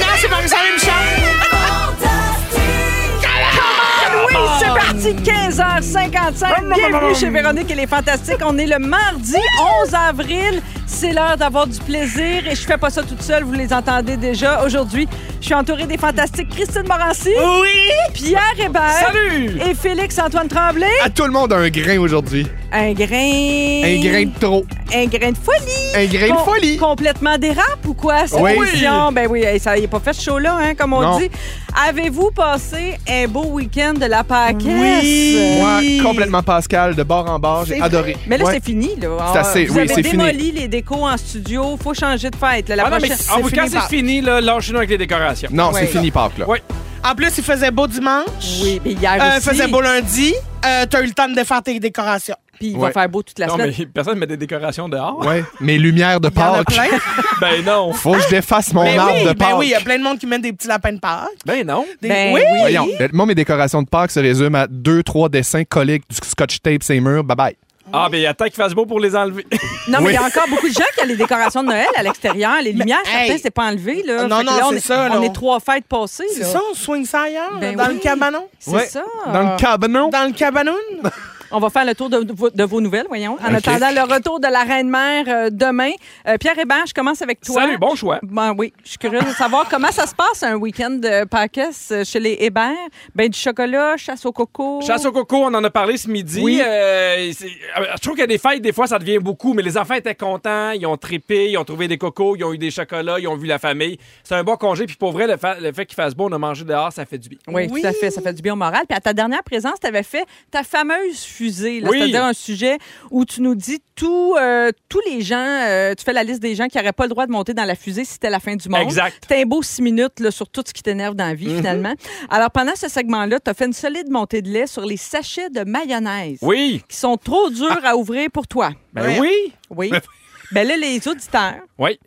Non, c'est Marie-Soleil Michel. Oui, Ah. c'est parti, 15h55. Bienvenue chez Véronique et les Fantastiques. On est le mardi 11 avril. C'est l'heure d'avoir du plaisir et je fais pas ça toute seule, vous les entendez déjà. Aujourd'hui, je suis entourée des Fantastiques Christine Morancy, Oh. Oui! Pierre Hébert Salut! et Félix-Antoine Tremblay. À tout le monde a un grain aujourd'hui. Un grain... Un grain de trop. Un grain de folie. Un grain de Com- folie. Complètement dérap ou quoi, cette Oui. émission? Ben oui, hey, ça n'est pas fait chaud là, hein, comme on Non. dit. Avez-vous passé un beau week-end de la Paquette? Moi, complètement Pascal, de bord en bord, j'ai adoré. Mais là, Ouais. c'est fini. Là. C'est assez, Vous oui, avez c'est démoli les décos en studio. faut changer de fête. là. La Ah non, mais prochaine- en vous, c'est quand fini, c'est pas- fini, là, lâchez-nous avec les décorations. Non, Ouais. c'est fini, Pâques, là. Ouais. En plus, il faisait beau dimanche. Oui, mais hier Euh, aussi. faisait beau lundi. Euh, T'as eu le temps de défaire tes décorations. Puis il va Ouais. faire beau toute la Non, semaine. mais personne ne met des décorations dehors. Ouais. Mes lumières de Il y en a Pâques. plein. Ben non. Faut que je défasse mon ben arbre oui, de Pâques. ben oui, il y a plein de monde qui mène des petits lapins de Pâques. Ben non. Des- Ben oui. oui. Voyons, euh, moi, mes décorations de Pâques se résument à deux, trois dessins collés du scotch tape, ces murs. Bye-bye. Ah, ben attends qu'il fasse beau pour les enlever. Non, mais il y a Oui. encore beaucoup de gens qui ont les décorations de Noël à l'extérieur. Les lumières, hey. certains, c'est pas enlevé. Là. Non, Fait que non, là, on c'est est- ça, là, On est on- trois fêtes passées. C'est là. ça, on soigne ça ailleurs, Ben dans oui. le cabanon. C'est Ouais. ça. Dans le cabanon. Dans le cabanon. On va faire le tour de, vos- de vos nouvelles, voyons. En OK. attendant le retour de la Reine-Mère euh, demain. Euh, Pierre Hébert, je commence avec toi. Salut, bon choix. Ben oui, je suis curieuse de savoir comment ça se passe un week-end de Pâques euh, chez les Hébert. Ben du chocolat, chasse au coco. Chasse au coco, on en a parlé ce midi. Oui. Euh, c'est- euh, je trouve qu'il y a des fêtes, des fois, ça devient beaucoup, mais les enfants étaient contents, ils ont trippé, ils ont trouvé des cocos, ils ont eu des chocolats, ils ont vu la famille. C'est un bon congé, puis pour vrai, le, fa- le fait qu'il fasse beau, on a mangé dehors, ça fait du bien. Oui, Oui. tout à fait. Ça fait du bien au moral. Puis à ta dernière présence, tu avais fait ta fameuse fusée, là, Oui. c'est-à-dire un sujet où tu nous dis tout, euh, tous les gens, euh, tu fais la liste des gens qui n'auraient pas le droit de monter dans la fusée si c'était la fin du monde. Exact. Mm-hmm. C'était un beau six minutes là, sur tout ce qui t'énerve dans la vie, finalement. Alors, pendant ce segment-là, tu as fait une solide montée de lait sur les sachets de mayonnaise Oui. Ah. qui sont trop durs à ouvrir pour toi. Ben oui. Oui. ben là, les auditeurs, Oui.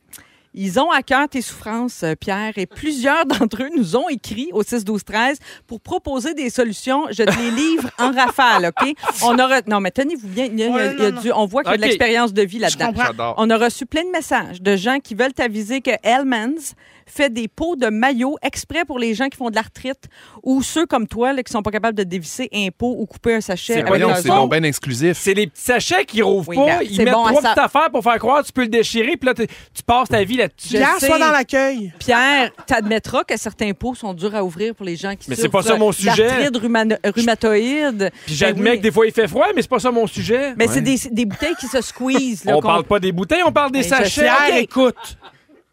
ils ont à cœur tes souffrances, euh, Pierre, et plusieurs d'entre eux nous ont écrit au 6-12-13 pour proposer des solutions. Je te les livre en rafale, OK? On aura... Non, mais tenez-vous bien, il y a- Ouais, il y a non, du- on voit qu'il y a de OK. l'expérience de vie Je là-dedans. comprends. J'adore. On a reçu plein de messages de gens qui veulent t'aviser que Hellman's fait des pots de maillot exprès pour les gens qui font de l'arthrite ou ceux comme toi là, qui sont pas capables de dévisser un pot ou couper un sachet. C'est- avec Voyons, leurs c'est ongles. donc bien exclusif. C'est les petits sachets qui rouvrent Oui, là, pas. Ils c'est mettent bon à trois ça. petites affaires pour faire croire, tu peux le déchirer, puis là, t'es- tu passes ta vie là-dessus. Je Pierre, sais. sois dans l'accueil. Pierre, t'admetteras que certains pots sont durs à ouvrir pour les gens qui Mais c'est souffrent pas ça mon sujet. d'arthrite rhumano- rhumatoïde. Puis j'admets Ben oui. que des fois, il fait froid, mais c'est pas ça mon sujet. Mais c'est des, des bouteilles qui se squeezent. là, on qu'on- parle pas des bouteilles, on parle des Mais je sachets. sais. Pierre, Ok. écoute.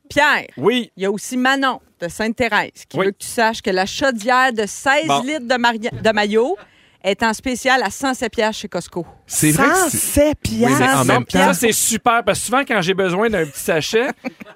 Pierre, Oui. il y a aussi Manon de Sainte-Thérèse qui Oui. veut que tu saches que la chaudière de 16 Bon. litres de, mari- de maillot est en spécial à 107 piastres chez Costco. C'est vrai que c'est- 107 piastres. Oui, mais en même Ça, temps, c'est super, parce que souvent, quand j'ai besoin d'un petit sachet,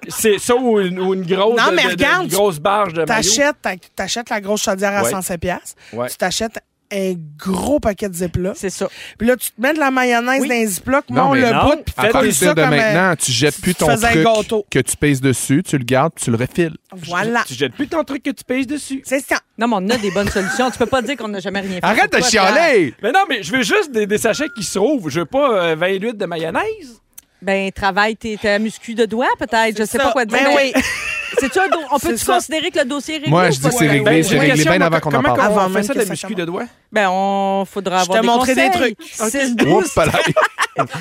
c'est ça ou une, ou une grosse, Non, de- mais de- de- regarde, une grosse barge de maillot. T'achètes, ta- t'achètes la grosse chaudière à Ouais. 107 piastres. Ouais. Tu t'achètes un gros paquet de Ziploc. C'est ça. Puis là, tu te mets de la mayonnaise Oui. dans les Ziploc, Non, mon mais le non. bout, puis à fais Faites-lui partir ça de comme un- maintenant, tu jettes plus ton faisais un truc gâteau. que tu pèses dessus, tu le gardes, tu le refiles. Voilà. Tu jettes plus ton truc que tu pèses dessus. C'est ça. Non, mais on a des bonnes solutions. Tu peux pas dire qu'on n'a jamais rien fait. Arrête de Pourquoi, Pierre? chialer! Mais non, mais je veux juste des, des sachets qui se rouvrent. Je veux pas euh, 20 litres de mayonnaise. Ben, travaille tes, ta muscu de doigts, peut-être. Je sais ça. pas quoi dire. Ben mais- oui. C'est-tu un do- On peut-tu C'est ça. considérer que le dossier est réglé? Moi, ou pas? je dis que c'est Ben, réglé, j'ai c'est une réglé question, bien moi, avant qu'on en comment parle. on Avant fait même ça que de ça muscu commence. de doigts? Ben, on faudra Je avoir te des montrerai des conseils. trucs. C'est- Oups, là.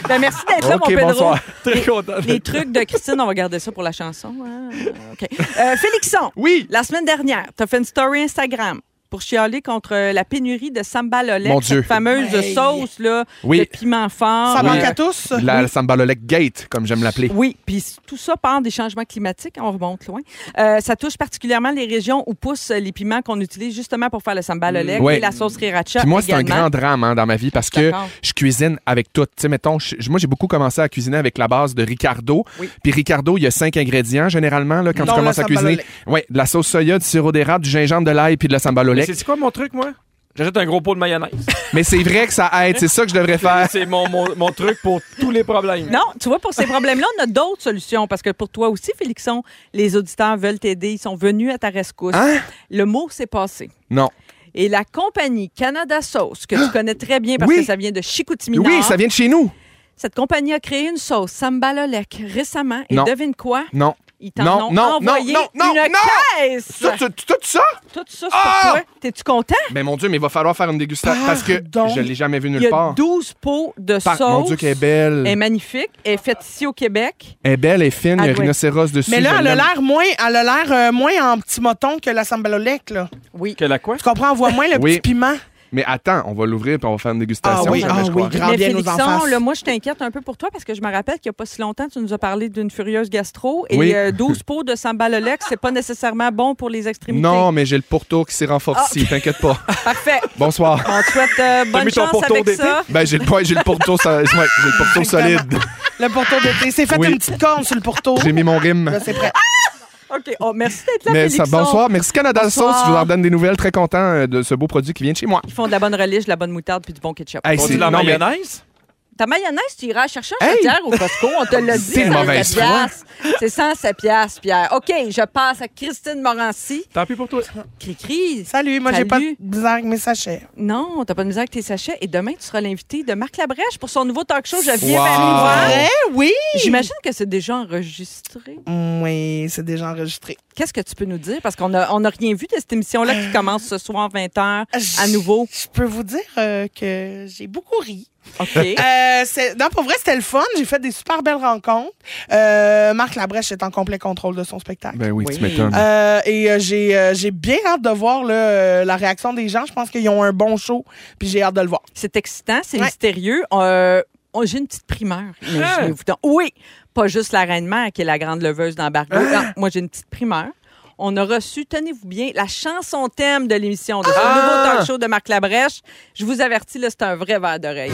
Ben, merci d'être là, mon OK, Pedro. bonsoir. Très content. Les trucs de Christine, on va garder ça pour la chanson. hein? OK. Euh, Félixon, Oui! la semaine dernière, tu as fait une story Instagram pour chialer contre la pénurie de sambal olek, Mon Dieu. cette fameuse Hey. sauce là, Oui. de piment fort. Ça Oui. manque à tous. La la Sambalolec Gate, comme j'aime l'appeler. Oui, puis tout ça part des changements climatiques. On remonte loin. Euh, ça touche particulièrement les régions où poussent les piments qu'on utilise justement pour faire le sambal olek Ouais. et la sauce sriracha. Puis moi, c'est un également. grand drame hein, dans ma vie parce que D'accord. je cuisine avec tout. Tu sais, mettons, je- moi, j'ai beaucoup commencé à cuisiner avec la base de Ricardo. Oui. Puis Ricardo, il y a cinq ingrédients généralement là, quand Dont tu commences le à cuisiner. sambalolec. Oui, de la sauce soya, du sirop d'érable, du gingembre, de l'ail puis de la Mais sambalolec. C'est c'est quoi mon truc, moi? J'achète un gros pot de mayonnaise. Mais c'est vrai que ça aide. C'est ça que je devrais faire. C'est mon, mon, mon truc pour tous les problèmes. Non, tu vois, pour ces problèmes-là, on a d'autres solutions. Parce que pour toi aussi, Félixon, les auditeurs veulent t'aider. Ils sont venus à ta rescousse. Hein? Le mot s'est passé. Non. Et la compagnie Canada Sauce, que tu connais très bien parce Ah! Oui. que ça vient de Chicoutimi Oui, Nord, ça vient de chez nous. cette compagnie a créé une sauce sambalalek récemment. Et Non. devine quoi? Non. Ils t'en Non, ont non, envoyé non, non, une non! caisse! Ça, tu- tu- tout ça? Tout ça, c'est Ah! pour toi. T'es-tu content? Mais mon Dieu, mais il va falloir faire une dégustation parce que Pardon. je l'ai jamais vu Il y nulle a part. 12 pots de Par- sauce. Mon Dieu, qu'elle est belle. Elle est magnifique. Elle est faite ici au Québec. Elle est belle, elle est fine, il y Ah, a ouais. un rhinocéros dessus. Mais là, je elle a l'aime. l'air moins, elle a l'air euh, moins en petit moton que la sambalolec, là. Oui. Que la quoi? Tu comprends? On voit moins le Oui. petit piment. Mais attends, on va l'ouvrir puis on va faire une dégustation. Ah oui, jamais ah je oui, croirais. grand Mais bien aux enfants. Félixon, là, moi, je t'inquiète un peu pour toi parce que je me rappelle qu'il n'y a pas si longtemps, tu nous as parlé d'une furieuse gastro et Oui. euh, 12 pots de sambalolex, c'est pas nécessairement bon pour les extrémités. Non, mais j'ai le pourtour qui s'est renforcé, t'inquiète pas. Parfait. Bonsoir. On te souhaite euh, bonne mis ton chance pourtour avec d'été? ça. Ben, j'ai le, point- j'ai le pourtour, so- ouais, j'ai le pourtour solide. Le pourtour d'été. C'est fait Oui. une petite corne sur le pourtour. J'ai mis mon rime. Là, c'est prêt. OK. Oh, merci d'être là, Mais ça- Félixon. bonsoir, merci Canada Bonsoir. Sauce, je vous en donne des nouvelles, très content euh, de ce beau produit qui vient de chez moi. Ils font de la bonne relish, de la bonne moutarde puis du bon ketchup. Hey, On c'est- dit la non, mais- mayonnaise? Ta mayonnaise, tu iras la chercher en Hey! Saint-Pierre au Costco. On te l'a dit. C'est une mauvaise 107 piastres. C'est 107 piastres, Pierre. OK, je passe à Christine Morancy. Tant pis pour toi. Cri-cri. Salut, moi, j'ai pas de Salut. bizarre avec mes sachets. Non, t'as pas de misère avec tes sachets. Et demain, tu seras l'invité de Marc Labrèche pour son nouveau talk show. Je viens Wow. vers nous voir. Ouais. Eh oui! J'imagine que c'est déjà enregistré. Oui, c'est déjà enregistré. Qu'est-ce que tu peux nous dire? Parce qu'on n'a on a rien vu de cette émission-là qui commence ce soir 20h à Je- nouveau. Je peux vous dire euh, que j'ai beaucoup ri. OK. Euh, c'est- non, pour vrai, c'était le fun. J'ai fait des super belles rencontres. Euh, Marc Labrèche est en complet contrôle de son spectacle. Ben oui, Oui. tu m'étonnes. Euh, et euh, j'ai euh, j'ai bien hâte de voir là, euh, la réaction des gens. Je pense qu'ils ont un bon show, puis j'ai hâte de le voir. C'est excitant, c'est Ouais. mystérieux. Euh, on- J'ai une petite primeur. Ah. imaginez-vous donc. Oui, pas juste la reine-mère qui est la grande leveuse d'embargo. Ah. Non, moi, j'ai une petite primeur. On a reçu, tenez-vous bien, la chanson thème de l'émission de son Ah. nouveau talk show de Marc Labrèche. Je vous avertis, là, c'est un vrai verre d'oreille.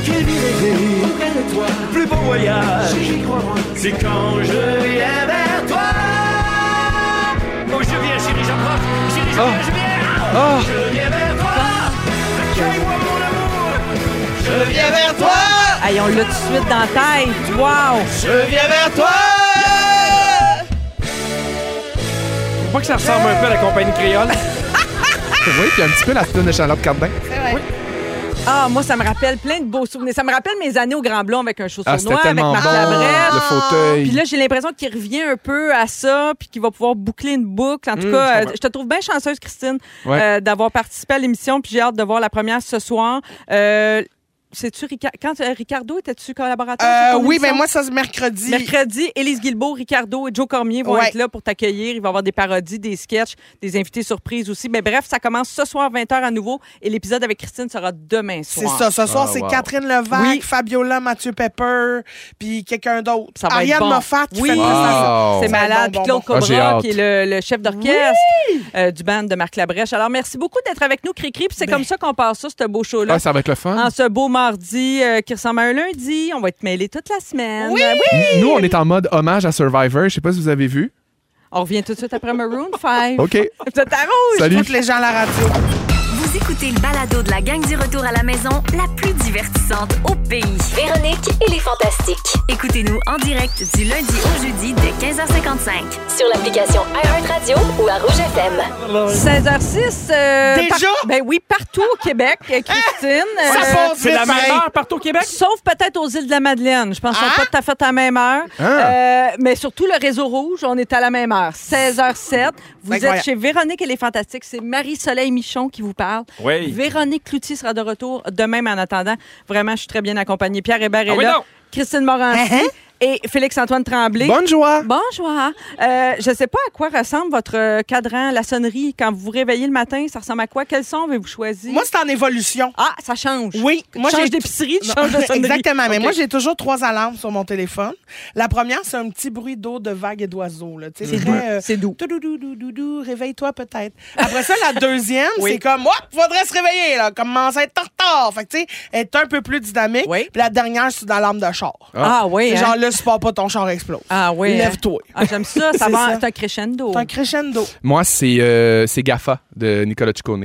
plus beau voyage. C'est quand je viens vers toi. Oh, je viens, chérie, j'approche. Chérie, je viens, je viens. Oh, Je viens vers toi. Accueille-moi, mon amour. Je viens vers toi. Hey, on l'a tout de suite dans la tête. Wow! Je viens vers toi. Faut pas que ça ressemble un peu à la compagnie créole. Oui, puis un petit peu la tune de Charlotte Cardin. Ah, moi, ça me rappelle plein de beaux souvenirs. Ça me rappelle mes années au Grand Blanc avec un chausson Ah, c'était noir, avec tellement Marc bon. Labrèche. Le fauteuil. Puis là, j'ai l'impression qu'il revient un peu à ça, puis qu'il va pouvoir boucler une boucle. En tout Hum, je cas, euh, comprends. je te trouve bien chanceuse, Christine, Ouais. euh, d'avoir participé à l'émission, puis j'ai hâte de voir la première ce soir. Euh, Sais-tu, Rica- quand euh, Ricardo, étais-tu collaborateur? Euh, sur ton oui, émission? ben moi, ça, c'est mercredi. Mercredi, Élise Guilbeault, Ricardo et Joe Cormier vont Ouais. être là pour t'accueillir. Il va y avoir des parodies, des sketchs, des invités surprises aussi. Mais bref, ça commence ce soir 20h à nouveau et l'épisode avec Christine sera demain C'est soir. ça. Ce soir, c'est Ah, wow. Catherine Levac, Oui. Fabiola, Mathieu Pepper, puis quelqu'un d'autre. Ça va être Ariane bon. Moffat qui oui, fait le Wow. présentation. c'est Ça va être malade. bon, Puis bon, Claude bon. Oh. Ah, j'ai Cobra, hâte. qui est le, le chef d'orchestre euh, du band de Marc Labrèche. Alors, merci beaucoup d'être avec nous, Cricri. Puis c'est Ben. comme ça qu'on passe ça, ce beau show-là. Ah, ça va être le fun. en ce beau mardi euh, qui ressemble à un lundi, on va être mêlés toute la semaine. Nous, on est en mode hommage à Survivor. Je sais pas si vous avez vu. On revient tout de suite après Maroon 5. OK. Vous êtes à rouge! Salut. Toutes les gens à la radio. Vous écoutez le balado de la gang du retour à la maison, la plus divertissante au pays. Véronique et les Fantastiques. Écoutez-nous en direct du lundi au jeudi dès 15h55. Sur l'application iHeartRadio ou à Rouge FM. 16h06. euh, Déjà? ben oui, partout au Québec, euh, Christine. Ça Euh, passe C'est vite, la même pareil. heure partout au Québec? Sauf peut-être aux îles de la Madeleine. Je pense Ah! qu'on pas tout à fait à la même heure. Ah! Euh, mais surtout le réseau rouge, on est à la même heure. 16h07. Ben, Vous Incroyable. êtes chez Véronique et les Fantastiques. C'est Marie-Soleil Michon qui vous parle. Oui. Véronique Cloutier sera de retour demain, mais en attendant, vraiment, je suis très bien accompagnée. Pierre Hébert Ah est oui, là. donc. Christine Morancy Uh-huh. et Félix-Antoine Tremblay. Bonne joie. Bonjour. Euh, je ne sais pas à quoi ressemble votre euh, cadran, la sonnerie. Quand vous vous réveillez le matin, ça ressemble à quoi? Quel son avez-vous choisi? Moi, c'est en évolution. ah, ça change. Oui, Tu moi, changes j'ai- d'épicerie, tu Non, changes de sonnerie. Exactement. Mais OK. moi, j'ai toujours trois alarmes sur mon téléphone. La première, c'est un petit bruit d'eau de vagues et d'oiseaux. là. Tu sais, C'est très, doux. euh, C'est doux. Tout doudou, doudou, doudou, réveille-toi peut-être. Après ça, la deuxième, Oui. c'est comme, hop, faudrait se réveiller, là, commence à être en retard. Fait que, tu sais, elle est un peu plus dynamique. Oui. Puis la dernière, c'est dans l'arme de char. Ah oui, C'est hein? genre, là, si tu pars pas, ton char explose. Ah oui. hein? Lève-toi. Ah, j'aime ça, ça C'est va, ça. c'est un crescendo. C'est un crescendo. Moi, c'est euh, c'est Gaffa de Nicolas Ciccone.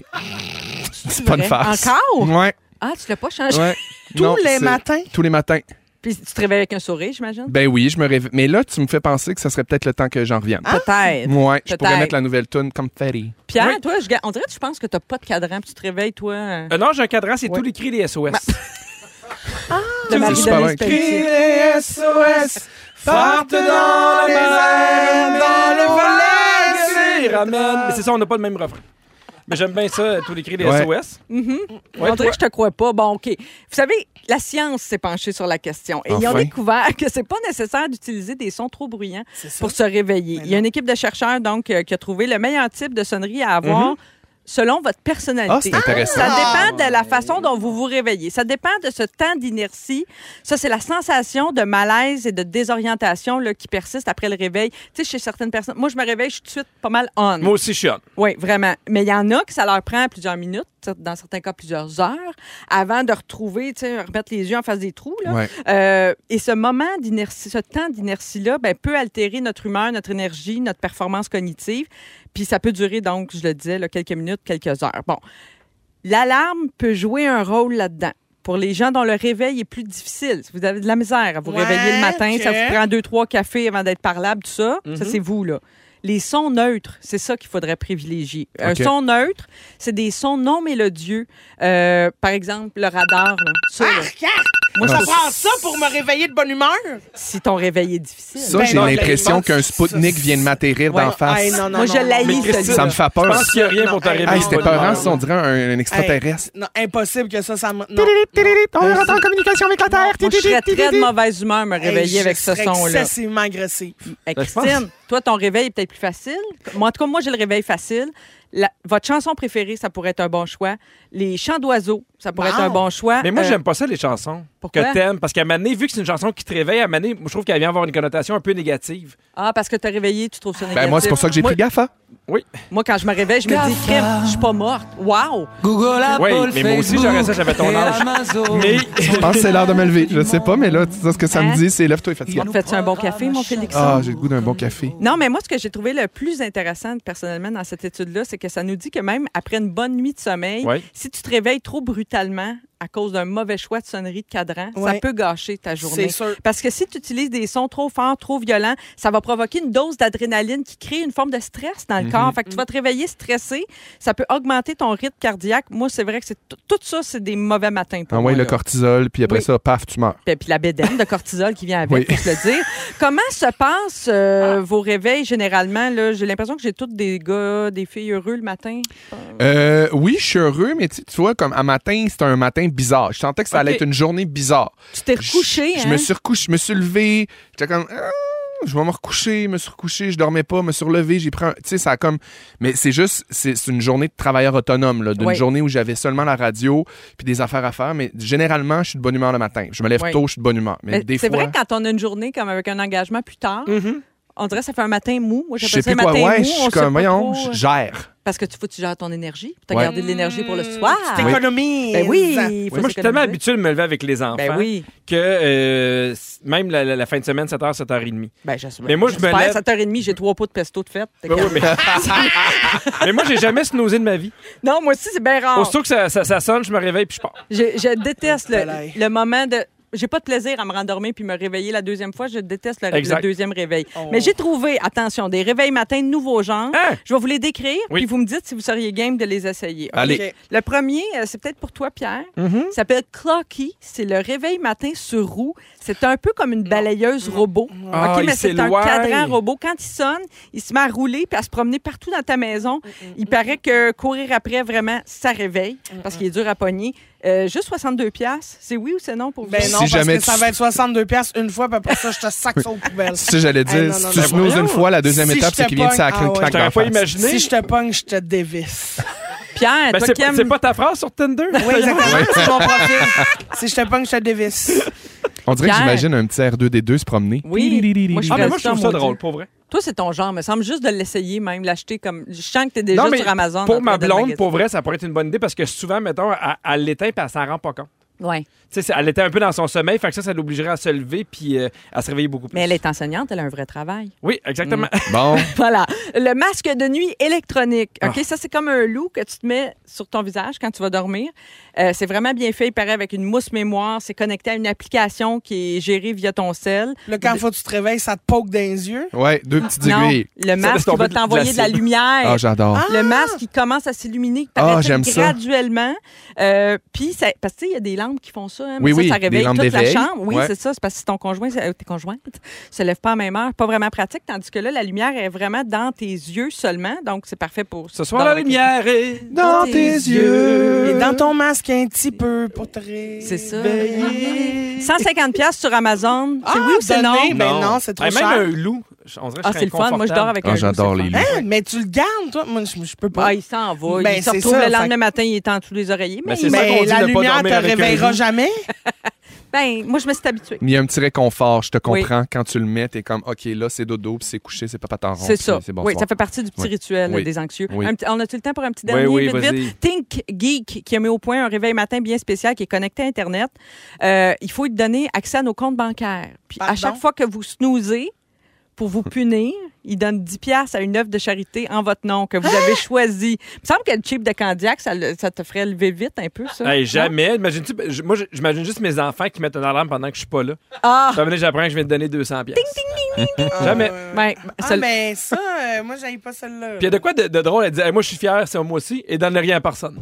C'est pas une vrai? farce. Encore? Ouais. Ah, tu l'as pas changé? ouais. Tous Non, les c'est- matins. Tous les matins. Puis tu te réveilles avec un sourire, j'imagine? Ben oui, je me réveille. Mais là, tu me fais penser que ça serait peut-être le temps que j'en revienne. Peut-être. Ouais, je Ah, Peut-être. pourrais mettre la nouvelle tune comme Ferry. Pierre, Oui. toi, je ga- on dirait que tu penses que t'as pas de cadran, puis tu te réveilles, toi, euh, Euh, non, j'ai un cadran, c'est tous les cris des SOS. de marie super bien. Pelletier. les SOS, partent dans les airs, dans le Merci, ramène. Mais c'est ça, on n'a pas le même refrain. Mais j'aime bien ça, euh, tous les cris des Ouais. SOS. Mm-hmm. Ouais, on dirait toi. que je te crois pas. Bon, OK. Vous savez, la science s'est penchée sur la question et ils ont Enfin. découvert que c'est pas nécessaire d'utiliser des sons trop bruyants pour se réveiller. Il y a une équipe de chercheurs donc euh, qui a trouvé le meilleur type de sonnerie à avoir. Selon votre Mhm. Ah, personnalité. c'est intéressant. Ça dépend de la façon dont vous vous réveillez. Ça dépend de ce temps d'inertie. Ça, c'est la sensation de malaise et de désorientation là, qui persiste après le réveil. Tu sais, chez certaines personnes, moi, je me réveille, je suis tout de suite pas mal on. Moi aussi, je suis on. Oui, vraiment. Mais il y en a que ça leur prend plusieurs minutes, dans certains cas plusieurs heures, avant de retrouver, tu sais, remettre les yeux en face des trous. Là. Ouais. Euh, et ce moment d'inertie, ce temps d'inertie-là, ben, peut altérer notre humeur, notre énergie, notre performance cognitive. Puis ça peut durer, donc, je le disais, là, quelques minutes, quelques heures. Bon. L'alarme peut jouer un rôle là-dedans. Pour les gens dont le réveil est plus difficile, si vous avez de la misère à vous Ouais, réveiller le matin, ça ok. Mhm. vous prend deux, trois cafés avant d'être parlable, tout ça, ça, c'est vous, là. Les sons neutres, c'est ça qu'il faudrait privilégier. Un Ok. son neutre, c'est des sons non mélodieux. Euh, par exemple, le radar, là. Ça, là. Ah. Moi, Je je- prends ça pour me réveiller de bonne humeur. si ton réveil est difficile. Ça, Ben j'ai non, l'impression ben, qu'un Spoutnik ça, vient de m'atterrir Ouais, d'en hey, face. non, non, Moi, non, je non, l'haïs, non. Mais Christine, Ça me fait Je peur. pense qu'il n'y a rien pour t'arriver. Ah, Hey, il c'était pas peurant, grave. ça. On dirait un, un Hey, extraterrestre. non, impossible que ça, ça me. Non. On rentre en communication avec la Moi, je serais très de mauvaise humeur me réveiller Hey, avec je ce serais son-là. excessivement agressif. Hey, Ben, je pense- Christine, toi, ton réveil est peut-être plus facile. Moi, en tout cas, moi, j'ai le réveil facile. La- votre chanson préférée, ça pourrait être un bon choix. Les chants d'oiseaux, ça pourrait Wow. être un bon choix. Mais moi, Euh, j'aime pas ça, les chansons. Pourquoi? Que t'aimes. Parce qu'à Mané, vu que c'est une chanson qui te réveille, à Mané, je trouve qu'elle vient avoir une connotation un peu négative. Ah, parce que t'as réveillé, tu trouves ça négatif. Ben, moi, c'est pour ça que j'ai Moi- pris gaffe. hein. Moi, quand je me réveille, je me dis, crème, je suis pas morte. Wow! Google, Ah, Oui, Apple, mais moi aussi, Facebook j'aurais ça, j'avais ton et âge. Amazon. Mais Je pense que c'est l'heure de me lever. Je sais pas, mais là, tu sais ce que ça Hein? me dit, c'est lève-toi et fatigue. On te fait un bon café, mon Félix? Ah, j'ai le goût d'un bon café. Non, mais moi, ce que j'ai trouvé le plus intéressant personnellement dans cette étude-là, c'est que ça nous dit que même après une bonne nuit de sommeil, Ouais. si tu te réveilles trop brutalement à cause d'un mauvais choix de sonnerie de cadran, ça Ouais. peut gâcher ta journée. C'est sûr. Parce que si tu utilises des sons trop forts, trop violents, ça va provoquer une dose d'adrénaline qui crée une forme de stress dans le corps. Fait que tu Mhm. vas te réveiller stressé, ça peut augmenter ton rythme cardiaque. Moi, c'est vrai que c'est tout- tout ça, c'est des mauvais matins pour moi. Envoie Ah le là. cortisol, puis après Oui. ça, paf, tu meurs. Puis puis la bédaine de cortisol qui vient avec, Oui. faut se le dire. Comment se passent Ah. euh, vos réveils généralement? là? J'ai l'impression que j'ai toutes des gars, des filles heureux le matin. Euh, oui, je suis heureux, mais tu tu vois, comme à matin, c'était un matin bizarre. Je sentais que ça allait Ok. être une journée bizarre. Tu t'es recouché, Je, hein? je me suis recouché, je me suis levé. J'étais comme. Ah, Je vais me recoucher, je me suis recouché, je dormais pas, je me suis relevé, j'ai pris un- Tu sais, ça a comme. Mais c'est juste, c'est c'est une journée de travailleur autonome, là, d'une Oui. journée où j'avais seulement la radio puis des affaires à faire, mais généralement, je suis de bonne humeur le matin. Je me lève Oui. tôt, je suis de bonne humeur. Mais, Mais des Euh, C'est fois. vrai que quand on a une journée comme avec un engagement plus tard, Mm-hmm. on dirait que ça fait un matin mou. Moi, je j'appelle sais ça plus un quoi. matin Ouais, mou. je on suis sait comme, pas voyons, trop, je euh, gère. Parce que tu faut que tu gères ton énergie. Tu as Ouais. gardé de l'énergie pour le soir. C'est Oui. économie. Ben oui, il faut moi, je suis tellement s'économiser. habitué de me lever avec les enfants Ben oui. que euh, c- même la, la- la fin de semaine, 7h, 7h30. Ben, j'assume. Mais moi, je me J'espère, lève- 7h30, j'ai trois pots de pesto de fête. T'es Ben oui, calme. mais... mais moi, j'ai jamais snoozé de ma vie. Non, moi aussi, c'est bien rare. Aussitôt que ça, ça- ça sonne, je me réveille puis je pars. Je, je déteste le, Palais. le moment de. J'ai pas de plaisir à me rendormir puis me réveiller la deuxième fois. Je déteste le, le Exact. deuxième réveil. Oh. Mais j'ai trouvé, attention, des réveils matin de nouveaux genres. Hein? Je vais vous les décrire, Oui. puis vous me dites si vous seriez game de les essayer. OK? Allez. Ok. Le premier, euh, c'est peut-être pour toi, Pierre. Mm-hmm. Il s'appelle Clocky. C'est le réveil matin sur roue. C'est un peu comme une balayeuse robot. Ah, OK, il mais c'est un s'éloigne. cadran robot. Quand il sonne, il se met à rouler puis à se promener partout dans ta maison. Mm, Il paraît que courir après, vraiment, ça réveille Mm, parce qu'il est dur à pogner. Euh, juste 62 pièces. C'est oui ou c'est non pour vous? Ben non, Si parce jamais que ça tu- va être 62 pièces une fois, puis après ça, je te sac ça aux poubelles. C'est ça, j'allais Hey, dire. non, non, Si non, tu snooze voyons. une fois, la deuxième Si étape, je c'est te qu'il vient de pogne, sacrer ah une ouais. claque T'aurais d'en pas face. imaginé. Si je te pogne, je te dévisse. Pierre, Ben, toi c'est qui aimes- c'est pas ta phrase sur Tinder? Ben, Oui, exactement, c'est mon profil. Si je te pogne, je te dévisse. On dirait que Pierre. j'imagine un petit R2D2 se promener. Oui. Moi, je Ah, mais ferais moi, je trouve ça moi, drôle, aussi. pour vrai. Toi, c'est ton genre. me semble juste de l'essayer, même, l'acheter comme. Je sens que t'es déjà mais sur Amazon. en pour train ma de blonde, magasiner. pour vrai, ça pourrait être une bonne idée parce que souvent, mettons, elle, elle l'éteint et elle s'en rend pas compte. Ouais. sais, c'est- elle était un peu dans son sommeil, fait que ça, ça l'obligerait à se lever puis euh, à se réveiller beaucoup plus. Mais elle est Mm. enseignante, elle a un vrai travail. Oui, exactement. Bon. Voilà. Le masque de nuit électronique. Ah. OK, ça, c'est comme un loup que tu te mets sur ton visage quand tu vas dormir. Euh, c'est vraiment bien fait. Il paraît avec une mousse mémoire. C'est connecté à une application qui est gérée via ton sel. Là, quand faut que tu te réveilles, ça te poke dans les yeux. Ouais, deux petites Non, aiguilles. le laisse masque qui tomber va de la t'envoyer de la cible. lumière. Ah, j'adore. Le masque qui commence à s'illuminer il Ah, paraît j'aime ça. graduellement. Euh, puis, ça- parce que tu sais, il y a des lampes qui font ça. hein, mais Oui, ça, oui, ça des réveille lampes toute la d'éveil. chambre. Oui, Ouais. c'est ça. C'est parce que si ton conjoint, euh, tes conjointes se lève pas à même heure, pas vraiment pratique. Tandis que là, la lumière est vraiment dans tes yeux seulement. Donc, c'est parfait pour. Ce soir, la dormir. lumière est... Dans tes tes Et yeux. dans ton masque, un petit peu pour te réveiller. C'est ça. 150 pièces sur Amazon. Ah, C'est oui ou c'est non? donné, Ben non, c'est trop Eh, même cher. un loup, on dirait que Ah, je serais c'est le fun. Moi, je dors avec Ah, un loup, j'adore c'est le les fun. loups. Hein? Mais tu le gardes, toi? Moi, je, je peux pas. Ah, il s'en va. Ben, il se c'est retrouve ça, le fait- lendemain matin, il est entre tous les oreillers. Ben, Mais c'est il- ça qu'on mais dit la de pas lumière dormir te avec un réveillera loup. jamais. ben, moi, je me suis habituée. Il y a un petit réconfort, je te Oui. comprends. Quand tu le mets, t'es comme, OK, là, c'est dodo, puis c'est couché, c'est papa t'en rond. C'est puis ça. C'est bon oui, soir. ça fait partie du petit Oui. rituel Oui. euh, des anxieux. Oui. Un petit- on a-tu le temps pour un petit Oui, dernier, oui, vite, vas-y. vite? Think Geek, qui a mis au point un réveil matin bien spécial qui est connecté à Internet. Euh, il faut lui donner accès à nos comptes bancaires. Puis à Pardon? chaque fois que vous snoozez, pour vous punir, il donne 10 pièces à une œuvre de charité en votre nom que vous Hein? avez choisie. Il me semble que le chip de Candiac, ça, le- ça te ferait lever vite un peu, ça. Hey, Non? jamais. Imagine-tu, ben, je- moi, je- j'imagine juste mes enfants qui mettent une alarme pendant que je suis pas là. Ah! Ça veut dire que j'apprends que je vais te donner 200 pièces. Jamais. Puis Ben, Ah, ça- mais ça, euh, moi, j'avais pas celle-là. il y a de quoi de, de drôle à dire, Hey, moi, je suis fier, c'est moi aussi, et donne rien à personne.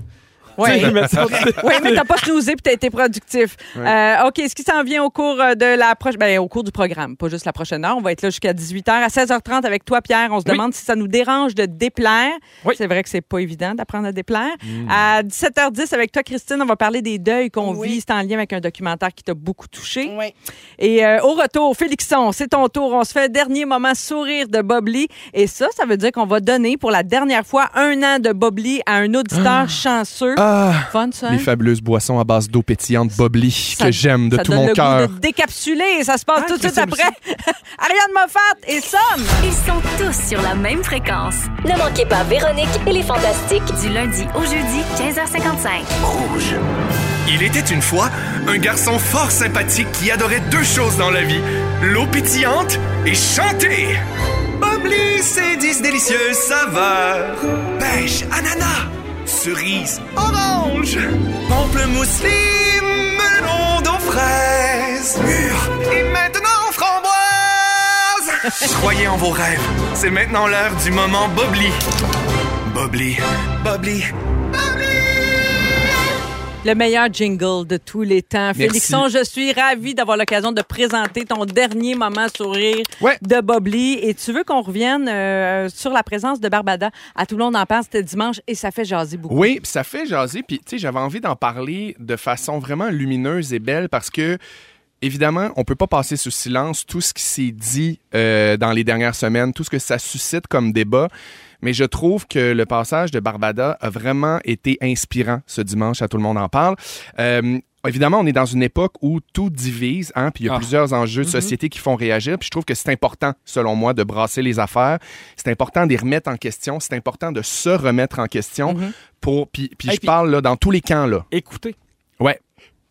ouais. Ils mettent ça- Oui, mais t'as pas snoozé puis t'as été productif. Euh, OK, ce qui s'en vient au cours euh, de la proche- ben, au cours du programme, pas juste la prochaine heure. On va être là jusqu'à 18h. À 16h30 avec toi, Pierre, on se Oui. demande si ça nous dérange de déplaire. Oui. C'est vrai que c'est pas évident d'apprendre à déplaire. À 17h10 avec toi, Christine, on va parler des deuils qu'on Oui. vit. C'est en lien avec un documentaire qui t'a beaucoup touché. Oui. Et euh, au retour, Félixon, c'est ton tour. On se fait un dernier moment sourire de Bob Lee. Et ça, ça veut dire qu'on va donner pour la dernière fois un an de Bob Lee à un auditeur chanceux. Ah! Fun, ça, Les hein? fabuleuses boissons à base d'eau pétillante Bobli Ça- que j'aime de ça tout donne mon le cœur. goût de décapsuler. Ça se passe tout de suite après. Ariane Moffat et Somme. Ils sont tous sur la même fréquence. Ne manquez pas Véronique et les Fantastiques. Du lundi au jeudi, 15h55. Il était une fois un garçon fort sympathique qui adorait deux choses dans la vie l'eau pétillante et chanter. Bob Lee, ses dix délicieuses saveurs pêche, ananas, cerise, orange, pamplemousse, lime, melon d'eau fraise, mûre et maintenant framboise. Croyez en vos rêves, c'est maintenant l'heure du moment Bob Lee. Bob Lee, Bob Lee. Le meilleur jingle de tous les temps. Merci. Félixon, je suis ravie d'avoir l'occasion de présenter ton dernier moment sourire Ouais. de Bob Lee. Et tu veux qu'on revienne euh, sur la présence de Barbada. À tout le monde en parle, c'était dimanche et ça fait jaser beaucoup. Oui, puis ça fait jaser. Puis, tu sais, j'avais envie d'en parler de façon vraiment lumineuse et belle parce que, évidemment, on peut pas passer sous silence tout ce qui s'est dit euh, dans les dernières semaines, tout ce que ça suscite comme débat. Mais je trouve que le passage de Barbada a vraiment été inspirant ce dimanche, à tout le monde en parle. Euh, Évidemment, on est dans une époque où tout divise, hein, puis il y a Ah. plusieurs enjeux de société qui font réagir. Puis je trouve que c'est important, selon moi, de brasser les affaires. C'est important de les remettre en question. C'est important de se remettre en question. pour, puis puis Mm-hmm. Hey, je puis- parle là, dans tous les camps. Là. Écoutez. Ouais.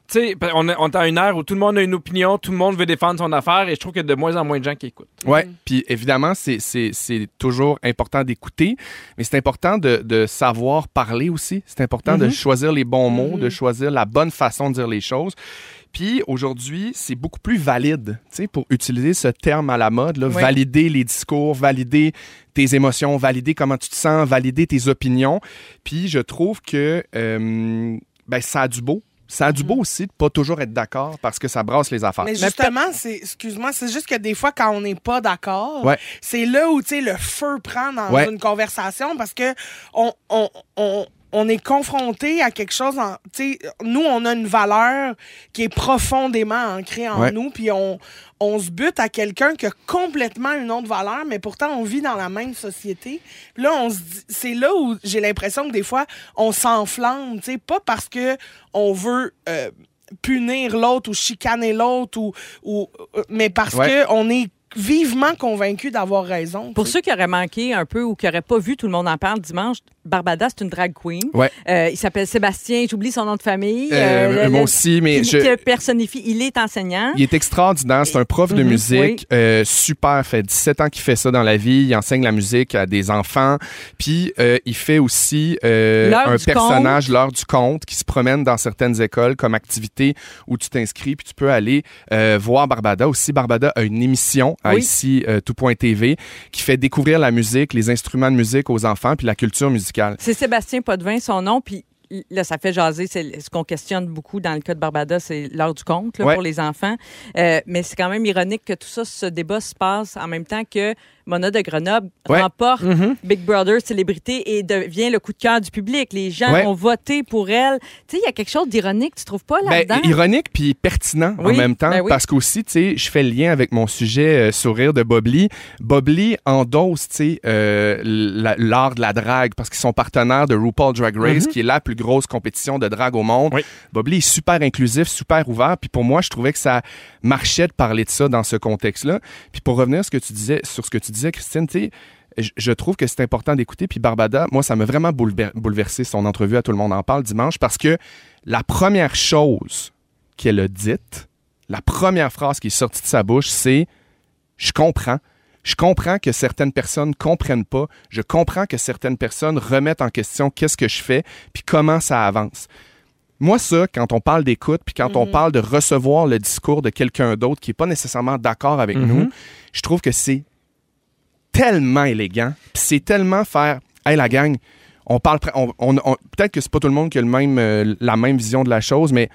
Tu sais, on est on est à une ère où tout le monde a une opinion, tout le monde veut défendre son affaire, et je trouve qu'il y a de moins en moins de gens qui écoutent. Ouais. Puis évidemment, c'est- c'est c'est toujours important d'écouter, mais c'est important de, de savoir parler aussi. C'est important de choisir les bons mots, de choisir la bonne façon de dire les choses. Puis aujourd'hui, c'est beaucoup plus valide, tu sais, pour utiliser ce terme à la mode, là, Oui. valider les discours, valider tes émotions, valider comment tu te sens, valider tes opinions. Puis je trouve que euh, ben, ça a du beau. Ça a du beau aussi de pas toujours être d'accord parce que ça brasse les affaires. Mais justement, c'est, excuse-moi, c'est juste que des fois, quand on n'est pas d'accord, Ouais. c'est là où, tu sais, le feu prend dans Ouais. une conversation parce que on, on, on, on est confronté à quelque chose, en- tu sais, nous, on a une valeur qui est profondément ancrée en Ouais. nous, puis on, on se bute à quelqu'un qui a complètement une autre valeur, mais pourtant, on vit dans la même société. Puis Là, on se dit- c'est là où j'ai l'impression que des fois, on s'enflamme, tu sais, pas parce que on veut... euh, punir l'autre ou chicaner l'autre ou, ou euh, mais parce Ouais. que on est vivement convaincue d'avoir raison. Pour tu sais. ceux qui auraient manqué un peu ou qui n'auraient pas vu Tout le monde en parle dimanche, Barbada, c'est une drag queen. Ouais. Euh, il s'appelle Sébastien, j'oublie son nom de famille. Euh, le- moi le- aussi, mais qui, je- qui le personnifie. Il est enseignant. Il est extraordinaire. C'est un prof de Mhm, musique euh, super. Fait 17 ans qu'il fait ça dans la vie. Il enseigne la musique à des enfants. Puis euh, il fait aussi euh, L'heure un du personnage, l'heure du conte, qui se promène dans certaines écoles comme activité où tu t'inscris puis tu peux aller euh, voir Barbada. Aussi, Barbada a une émission à Oui. ici euh, tout.tv qui fait découvrir la musique, les instruments de musique aux enfants puis la culture musicale. C'est Sébastien Potvin, son nom, puis là, ça fait jaser. C'est ce qu'on questionne beaucoup dans le cas de Barbada, c'est l'heure du compte là, Ouais. pour les enfants. Euh, mais c'est quand même ironique que tout ça, ce débat se passe en même temps que Mona de Grenoble Ouais. Mm-hmm. remporte Big Brother célébrité et devient le coup de cœur du public. Les gens Ouais. ont voté pour elle. Tu sais, il y a quelque chose d'ironique, tu trouves pas Ben, là-dedans? ironique puis pertinent en Oui, même temps ben oui. parce qu'aussi tu sais je fais le lien avec mon sujet euh, sourire de Bob Lee. Bob Lee endosse tu sais euh, la- l'art de la drague parce qu'ils sont partenaires de RuPaul Drag Mm-hmm. Race qui est la plus grosse compétition de drague au monde. Oui. Bob Lee est super inclusif, super ouvert puis pour moi je trouvais que ça marchait de parler de ça dans ce contexte-là. Puis pour revenir à ce que tu disais sur ce que tu disais Christine, tu sais je- je trouve que c'est important d'écouter. Puis Barbada, moi, ça m'a vraiment boulver- bouleversé son entrevue à Tout le monde en parle dimanche parce que la première chose qu'elle a dite, la première phrase qui est sortie de sa bouche, c'est Je comprends. Je comprends que certaines personnes comprennent pas. Je comprends que certaines personnes remettent en question qu'est-ce que je fais puis comment ça avance. Moi, ça, quand on parle d'écoute, puis quand on parle de recevoir le discours de quelqu'un d'autre qui n'est pas nécessairement d'accord avec nous, je trouve que c'est tellement élégant. Puis c'est tellement faire Hey la gang, on parle pr- on, on- on- peut-être que c'est pas tout le monde qui a le même, euh, la même vision de la chose, mais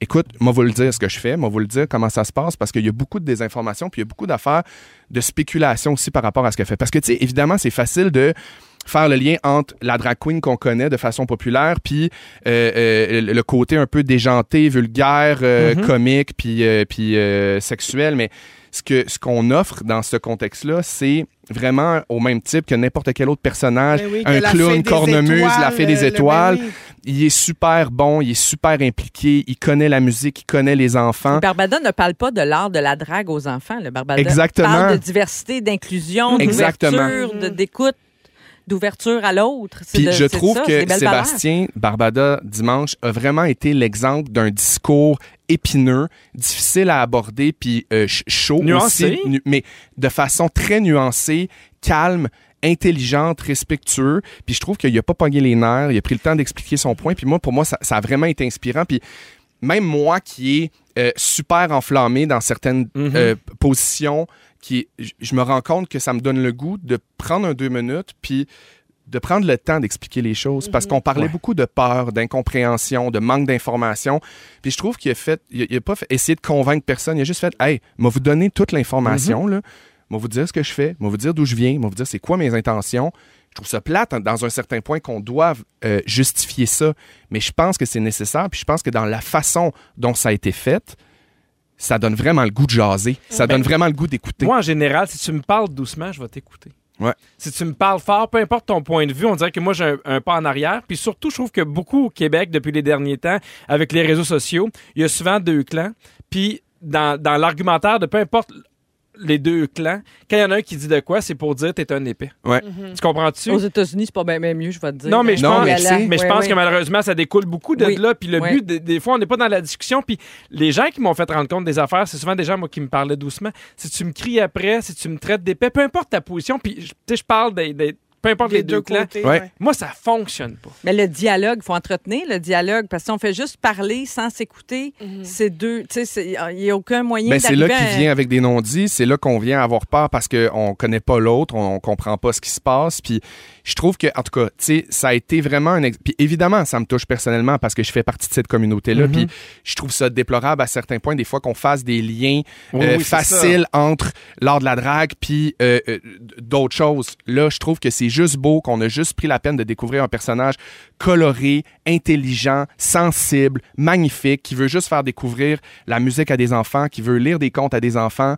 écoute, moi vous le dire ce que je fais, moi vous le dire comment ça se passe, parce qu'il y a beaucoup de désinformation, puis il y a beaucoup d'affaires de spéculation aussi par rapport à ce qu'elle fait. Parce que tu sais, évidemment, c'est facile de faire le lien entre la drag queen qu'on connaît de façon populaire, puis euh, euh, le le côté un peu déjanté, vulgaire, euh, Mm-hmm. comique, puis, euh, puis euh, sexuel, mais ce que ce qu'on offre dans ce contexte-là, c'est vraiment au même type que n'importe quel autre personnage, Ben oui, que un la fée clown, des cornemuse, la étoiles, fée le- des le- étoiles. ben oui. Il est super bon, il est super impliqué, il connaît la musique, il connaît les enfants. Barbada ne parle pas de l'art de la drague aux enfants. Le Barbada Exactement. parle de diversité, d'inclusion, Exactement. d'ouverture, de- d'écoute, d'ouverture à l'autre. C'est Puis de- je c'est trouve ça, c'est des que belles valeurs. Sébastien Barbada dimanche a vraiment été l'exemple d'un discours épineux, difficile à aborder, puis euh, ch- chaud Nuancé. aussi, nu- mais de façon très nuancée, calme intelligente, respectueux, puis je trouve qu'il a pas pogné les nerfs, il a pris le temps d'expliquer son point, puis moi, pour moi, ça, ça a vraiment été inspirant, puis même moi qui est euh, super enflammé dans certaines euh, positions, qui, je- je me rends compte que ça me donne le goût de prendre un deux minutes, puis de prendre le temps d'expliquer les choses, parce qu'on parlait beaucoup de peur, d'incompréhension, de manque d'information, puis je trouve qu'il a fait, il a, il a pas fait- essayé de convaincre personne, il a juste fait, hey, m'a vous donner toute l'information, là, m'a vous dire ce que je fais, m'a vous dire d'où je viens, m'a vous dire c'est quoi mes intentions. Je trouve ça plate hein, dans un certain point qu'on doive euh, justifier ça, mais je pense que c'est nécessaire, puis je pense que dans la façon dont ça a été fait, ça donne vraiment le goût de jaser, ça donne vraiment le goût d'écouter. Moi, en général, si tu me parles doucement, je vais t'écouter. Ouais. Si tu me parles fort, peu importe ton point de vue, on dirait que moi, j'ai un, un pas en arrière. Puis surtout, je trouve que beaucoup au Québec, depuis les derniers temps, avec les réseaux sociaux, il y a souvent deux clans. Puis dans, dans l'argumentaire de peu importe les deux clans, quand il y en a un qui dit de quoi, c'est pour dire t'es un épais. Ouais. Tu comprends-tu? Aux États-Unis, c'est pas bien mieux, je vais te dire. Non, mais je Non, pense, mais mais c'est- je Oui, pense oui. que malheureusement, ça découle beaucoup de Oui. là. Puis le Oui. but, des, des fois, on n'est pas dans la discussion. Puis les gens qui m'ont fait rendre compte des affaires, c'est souvent des gens, moi, qui me parlaient doucement. Si tu me cries après, si tu me traites d'épais, peu importe ta position, puis je- tu sais, je parle des. des- peu importe les, Des deux, deux clans. côtés. Ouais. ouais. Moi, ça fonctionne pas. Mais le dialogue, il faut entretenir le dialogue, parce que si on fait juste parler sans s'écouter, c'est deux. Tu sais, c'est- il n'y a aucun moyen Ben, c'est là d'arriver qu'il à- vient avec des non-dits, c'est là qu'on vient avoir peur parce qu'on ne connaît pas l'autre, on, on comprend pas ce qui se passe. Puis je trouve que, en tout cas, tu sais, ça a été vraiment un. ex- Puis évidemment, ça me touche personnellement parce que je fais partie de cette communauté-là. Mm-hmm. Puis Mhm. je trouve ça déplorable à certains points, des fois, qu'on fasse des liens Oui, euh, oui, c'est ça. faciles entre l'art de la drague puis euh, euh, d'autres choses. Là, je trouve que c'est juste beau qu'on a juste pris la peine de découvrir un personnage coloré, intelligent, sensible, magnifique, qui veut juste faire découvrir la musique à des enfants, qui veut lire des contes à des enfants.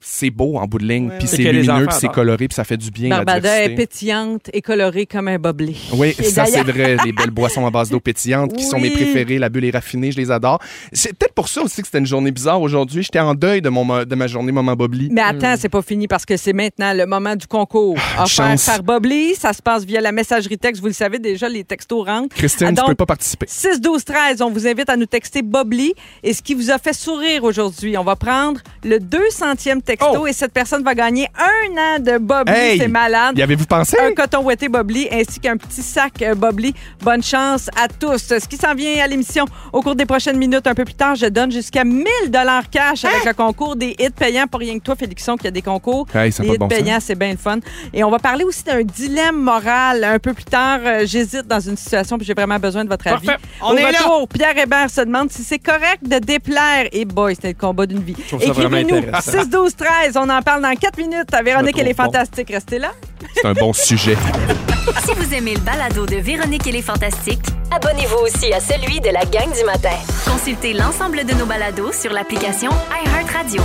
c'est beau en bout de ligne, Ouais, puis ouais. c'est Et que les lumineux, enfants puis c'est adorent. coloré, puis ça fait du bien. à la Barbada est diversité. pétillante et colorée comme un boblé. Oui, Et ça c'est d'ailleurs- vrai, les belles boissons à base d'eau pétillante qui sont mes Oui. préférées, la bulle est raffinée, je les adore. C'est peut-être pour ça aussi que c'était une journée bizarre aujourd'hui, j'étais en deuil de, mon, mo- de ma journée Maman Bobli. Mais attends, c'est pas fini parce que c'est maintenant le moment du concours. Offert Ah, chance. par Bobly, ça se passe via la messagerie texte. Vous le savez déjà, les textos rentrent. Christine, Ah, tu donc, peux pas participer. 6 12 13, on vous invite à nous texter Bobly et ce qui vous a fait sourire aujourd'hui. On va prendre le 200e texto Oh! et cette personne va gagner un an de Bobly. Hey! C'est malade. Y avez-vous pensé? Un coton ouetté Bobli ainsi qu'un petit sac euh, Bobli. Bonne chance à tous. Ce qui s'en vient à l'émission au cours des prochaines minutes, un peu plus tard, je donne jusqu'à 1000 dollars cash avec le concours des hits payants pour rien que toi, Félixon, qui a des concours. Hey, ça a les pas de hits bon sens. payants, c'est bien le fun. Et on va parler aussi d'un dilemme moral un peu plus tard. Euh, J'hésite dans une situation puis j'ai vraiment besoin de votre Parfait. avis. On au est là. retour, Pierre Hébert se demande si c'est correct de déplaire. Et boy, c'était le combat d'une vie. trouve ça vraiment Écrivez-nous intéressant. 6 12 13, on en parle dans 4 minutes. À Véronique, Je me elle est trouve bon. fantastique. Restez là. C'est un bon sujet. Si vous aimez le balado de Véronique et les Fantastiques, Abonnez-vous aussi à celui de la gang du matin. consultez l'ensemble de nos balados sur l'application iHeartRadio.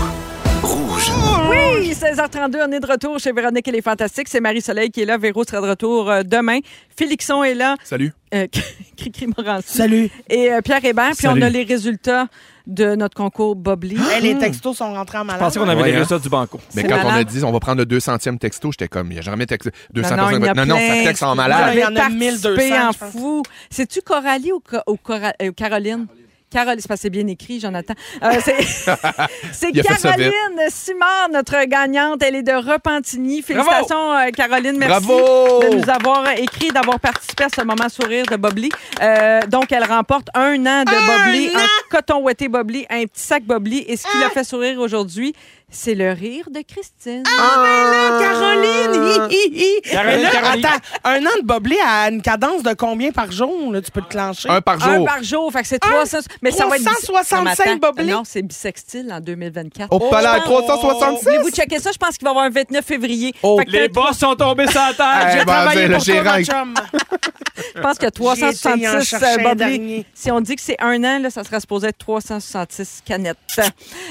Rouge. Oui, 16h32, on est de retour chez Véronique et les Fantastiques. C'est Marie-Soleil qui est là. Véro sera de retour euh, demain. Félixon est là. Salut. Euh, Cricri Morancy. Salut. Et euh, Pierre Hébert. Puis Salut. on a les résultats de notre concours Bobly. Hey, les textos sont rentrés en Je malade. pensais qu'on avait Ouais, les hein. résultats du banco. Mais C'est quand on a malade. dit on va prendre le 200e texto, j'étais comme, il n'y a jamais texte. 200 Non, non, il y en a non, non, plein. ça texte en Vous malade. Il y avez en a participé 1200, en je pense. fou. C'est-tu Coralie ou, Co- ou Cora- euh, Caroline? Caroline, c'est parce que c'est bien écrit, Jonathan. Euh, c'est c'est Il a fait ça vite. Caroline Simard, notre gagnante. Elle est de Repentigny. Félicitations, euh, Caroline. Merci Bravo! de nous avoir écrit, d'avoir participé à ce moment sourire de Bobli. Euh, donc, elle remporte un an de Bobli, un coton ouetté Bobli, un petit sac Bobli. Et ce qui l'a fait sourire aujourd'hui, c'est le rire de Christine. Ah, Caroline! Hi, hi, hi. Caroline, Mais là, Caroline. Attends, un an de boblé à une cadence de combien par jour? Là, tu peux te clencher. Un par Un jour. par jour, fait que c'est 300. Mais ça va être bis- 365 Non, mais attends. boblés. Non, c'est bisextile en 2024. Au palais, Je pense- 366. Voulez-vous checker ça? Je pense qu'il va y avoir un 29 février. Fait que Les t'as- boss sont tombés sur la terre. Eh, Ah, J'ai ben, travaillé c'est le pour toi, gérant. mon chum. Je pense que J'ai essayé en 366 euh, cherchant un boblés. dernier. Si on dit que c'est un an, là, ça serait supposé être 366 canettes.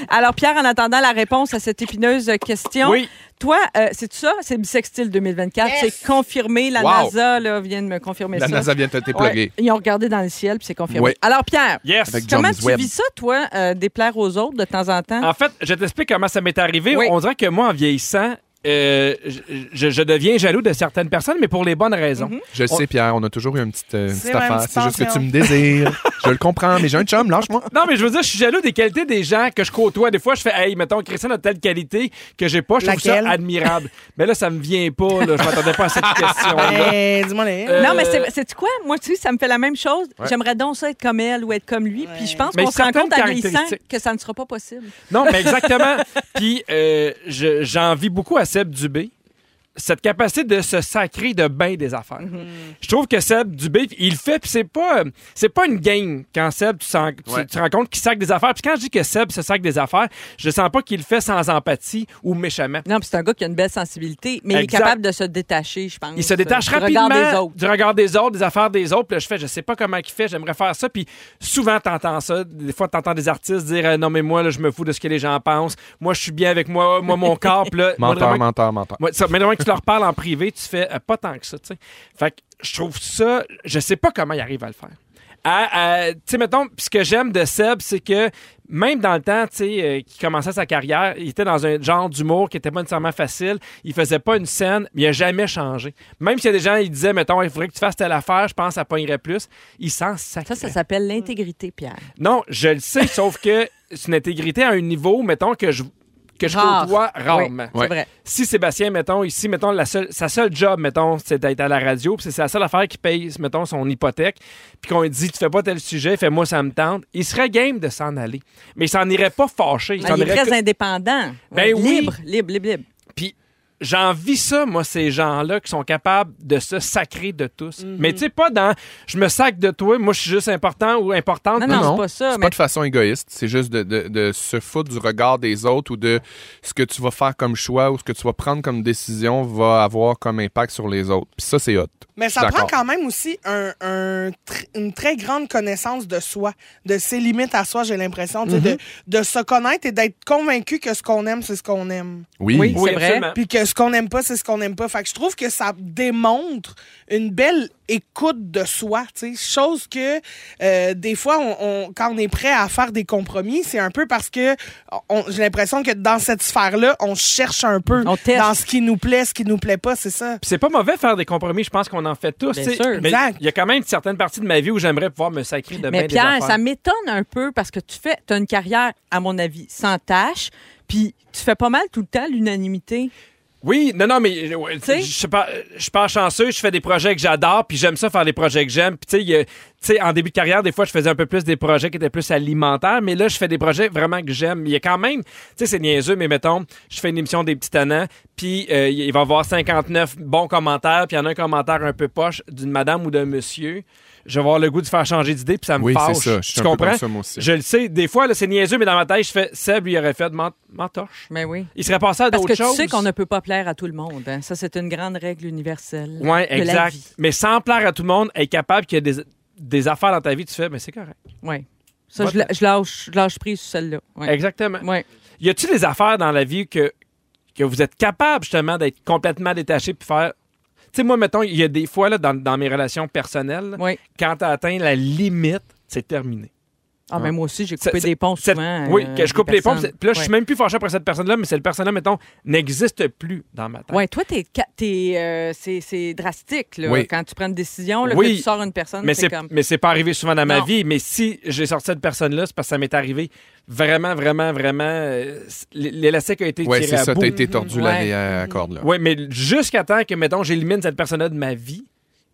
Alors, Pierre, en attendant la réponse à cette épineuse question, Oui. toi, euh, c'est ça? C'est bisextile 2024. C'est confirmé. La Wow. NASA là, vient de me confirmer La ça. NASA vient de te déploguer. Ouais. Ils ont regardé dans le ciel, puis c'est confirmé. Ouais. Alors, Pierre, Yes. Avec Comment Johnny's tu Web. vis ça, toi, euh, déplaire aux autres de temps en temps? En fait, je t'explique comment ça m'est arrivé. Hein? Oui. On dirait que moi, en vieillissant, euh, je, je- je deviens jaloux de certaines personnes, mais pour les bonnes raisons. Mm-hmm. Je le sais, Pierre, on a toujours eu une petite, euh, une C'est petite ma affaire. petite C'est juste que tu passion. me désires. je le comprends, mais j'ai un chum, lâche-moi. Non, mais je veux dire, je suis jaloux des qualités des gens que je côtoie. Des fois, je fais, hey, mettons, Christian a telle qualité que j'ai pas. Je trouve Laquelle? ça admirable. mais là, ça me vient pas. Là. Je m'attendais pas à cette question-là. Eh, Dis-moi les. Euh, Non, mais c'est c'est-tu quoi? Moi, tu sais, ça me fait la même chose. J'aimerais donc ça être comme elle ou être comme lui. Puis je pense Mais qu'on se rend certaines compte en vieillissant caractéristiques. que ça ne sera pas possible. Non, mais exactement. Puis euh, je- j'envie beaucoup à Seb Dubé cette capacité de se sacrer de bain des affaires. Je trouve que Seb Dubé, il le fait, puis c'est pas euh, c'est pas une game quand Seb tu, sens- tu- Ouais. tu te rends compte qu'il sac des affaires. Puis quand je dis que Seb se sac des affaires, je sens pas qu'il le fait sans empathie ou méchamment. Non, puis c'est un gars qui a une belle sensibilité, mais il est Exact. capable de se détacher, je pense. euh, Il se détache du rapidement regard des autres. du regard des autres, des affaires des autres. Puis là, je fais, je sais pas comment il fait, j'aimerais faire ça. Puis souvent, t'entends ça. Des fois, t'entends des artistes dire, euh, non, mais moi, là, je me fous de ce que les gens pensent. Moi, je suis bien avec moi, moi, mon corps. Puis là, Menteur, vraiment- menteur, menteur. Ouais, ça, mais le moment que tu leur parles en privé, tu fais euh, pas tant que ça, tu sais. Fait que je trouve ça, je sais pas comment ils arrivent à le faire. À- à- tu sais, mettons, pis ce que j'aime de Seb, c'est que même dans le temps, tu sais, euh, qu'il commençait sa carrière, il était dans un genre d'humour qui était pas nécessairement facile. Il faisait pas une scène, mais il a jamais changé. Même s'il y a des gens, ils disaient, mettons, il faudrait que tu fasses telle affaire, je pense que ça pognerait plus. Il s'en Ça, sacrait. ça s'appelle l'intégrité, Pierre. Non, je le sais, sauf que c'est une intégrité à un niveau, mettons, que je, que je Rare. côtoie rarement. Oui, c'est vrai. Si Sébastien, mettons, ici, mettons, la seule, sa seule job, mettons, c'est d'être à la radio, puis c'est la seule affaire qui paye, mettons, son hypothèque, puis qu'on lui dit, tu fais pas tel sujet, fais-moi, ça me tente, il serait game de s'en aller. Mais il s'en irait pas fâché. Il Ah, s'en il est irait très que- indépendant. Ben oui. Libre, libre, libre, libre. Puis J'envie ça, moi, ces gens-là qui sont capables de se sacrer de tous. Mhm. Mais tu sais, pas dans je me sacre de toi, moi je suis juste important ou importante. Non, non, c'est pas ça. C'est mais- pas de façon égoïste, c'est juste de, de- de se foutre du regard des autres ou de ce que tu vas faire comme choix ou ce que tu vas prendre comme décision va avoir comme impact sur les autres. Puis ça, c'est hot. Mais ça D'accord. prend quand même aussi un, un tr- une très grande connaissance de soi, de ses limites à soi, j'ai l'impression, tu sais, Mm-hmm. de, de se connaître et d'être convaincu que ce qu'on aime, c'est ce qu'on aime. Oui, Oui. Oui, C'est vrai. absolument. Puis que ce qu'on aime pas, c'est ce qu'on aime pas. Fait que je trouve que ça démontre une belle écoute de soi, tu sais. Chose que euh, des fois, on, on- quand on est prêt à faire des compromis, c'est un peu parce que on- j'ai l'impression que dans cette sphère-là, on cherche un peu On teste. dans ce qui nous plaît, ce qui nous plaît pas, c'est ça. Puis c'est pas mauvais de faire des compromis, je pense qu'on en fait tous. Bien tu sais. sûr. Mais Exact. il y a quand même certaines parties de ma vie où j'aimerais pouvoir me sacrer de bien Mais des Pierre, affaires. ça m'étonne un peu parce que tu fais, as une carrière, à mon avis, sans tâche, puis tu fais pas mal tout le temps l'unanimité. Oui, non, non, mais euh, ouais, sais? je suis pas, je suis pas chanceux. Je fais des projets que j'adore, puis j'aime ça faire des projets que j'aime. Puis tu sais, il y a- tu sais, en début de carrière, des fois, je faisais un peu plus des projets qui étaient plus alimentaires, mais là, je fais des projets vraiment que j'aime. Il y a quand même, tu sais, c'est niaiseux, mais mettons, je fais une émission des petits tannants, puis euh, il va y avoir 59 bons commentaires, puis il y en a un commentaire un peu poche d'une madame ou d'un monsieur. Je vais avoir le goût de faire changer d'idée, puis ça me Oui, c'est fâche. ça. Je suis tu un peu comprends? comme ça, moi aussi. Je le sais. Des fois, là, c'est niaiseux, mais dans ma tête, je fais Seb, lui, il aurait fait M'en- m'entorche. Mais oui. Il serait passé à Parce que d'autres choses. tu sais qu'on ne peut pas plaire à tout le monde. hein. Ça, c'est une grande règle universelle Oui, de la exact. vie. Mais sans plaire à tout le monde, être capable qu'il y a des, des affaires dans ta vie, tu fais, mais c'est correct. Ouais. Ça, Moi, ben je, la- je lâche, je lâche prise sur celle-là. Ouais. Exactement. Ouais. Y a-tu des affaires dans la vie que, que vous êtes capable justement d'être complètement détaché puis faire. Tu sais, moi, mettons, il y a des fois là, dans, dans mes relations personnelles, là, Ouais. quand tu atteint la limite, c'est terminé. Ah, mais moi aussi, j'ai C'est- coupé c'est- des ponts cette- souvent. oui, euh, que je coupe des les pompes. personnes. c'est- Puis là, je suis Ouais. même plus fâché après cette personne-là, mais cette personne-là, mettons, n'existe plus dans ma tête. Ouais, toi, t'es, ca- t'es, euh, c'est, c'est drastique là, Oui. quand tu prends une décision, là, Oui. que tu sors une personne, Mais c'est c'est comme... mais c'est pas arrivé souvent dans ma Non. vie. Mais si j'ai sorti cette personne-là, c'est parce que ça m'est arrivé vraiment, vraiment, vraiment. euh, s- l- L'élastique a été Ouais, tiré c'est à ça, bout. t'as été tordu la, Ouais. la- la corde, là. Oui, mais jusqu'à temps que, mettons, j'élimine cette personne-là de ma vie,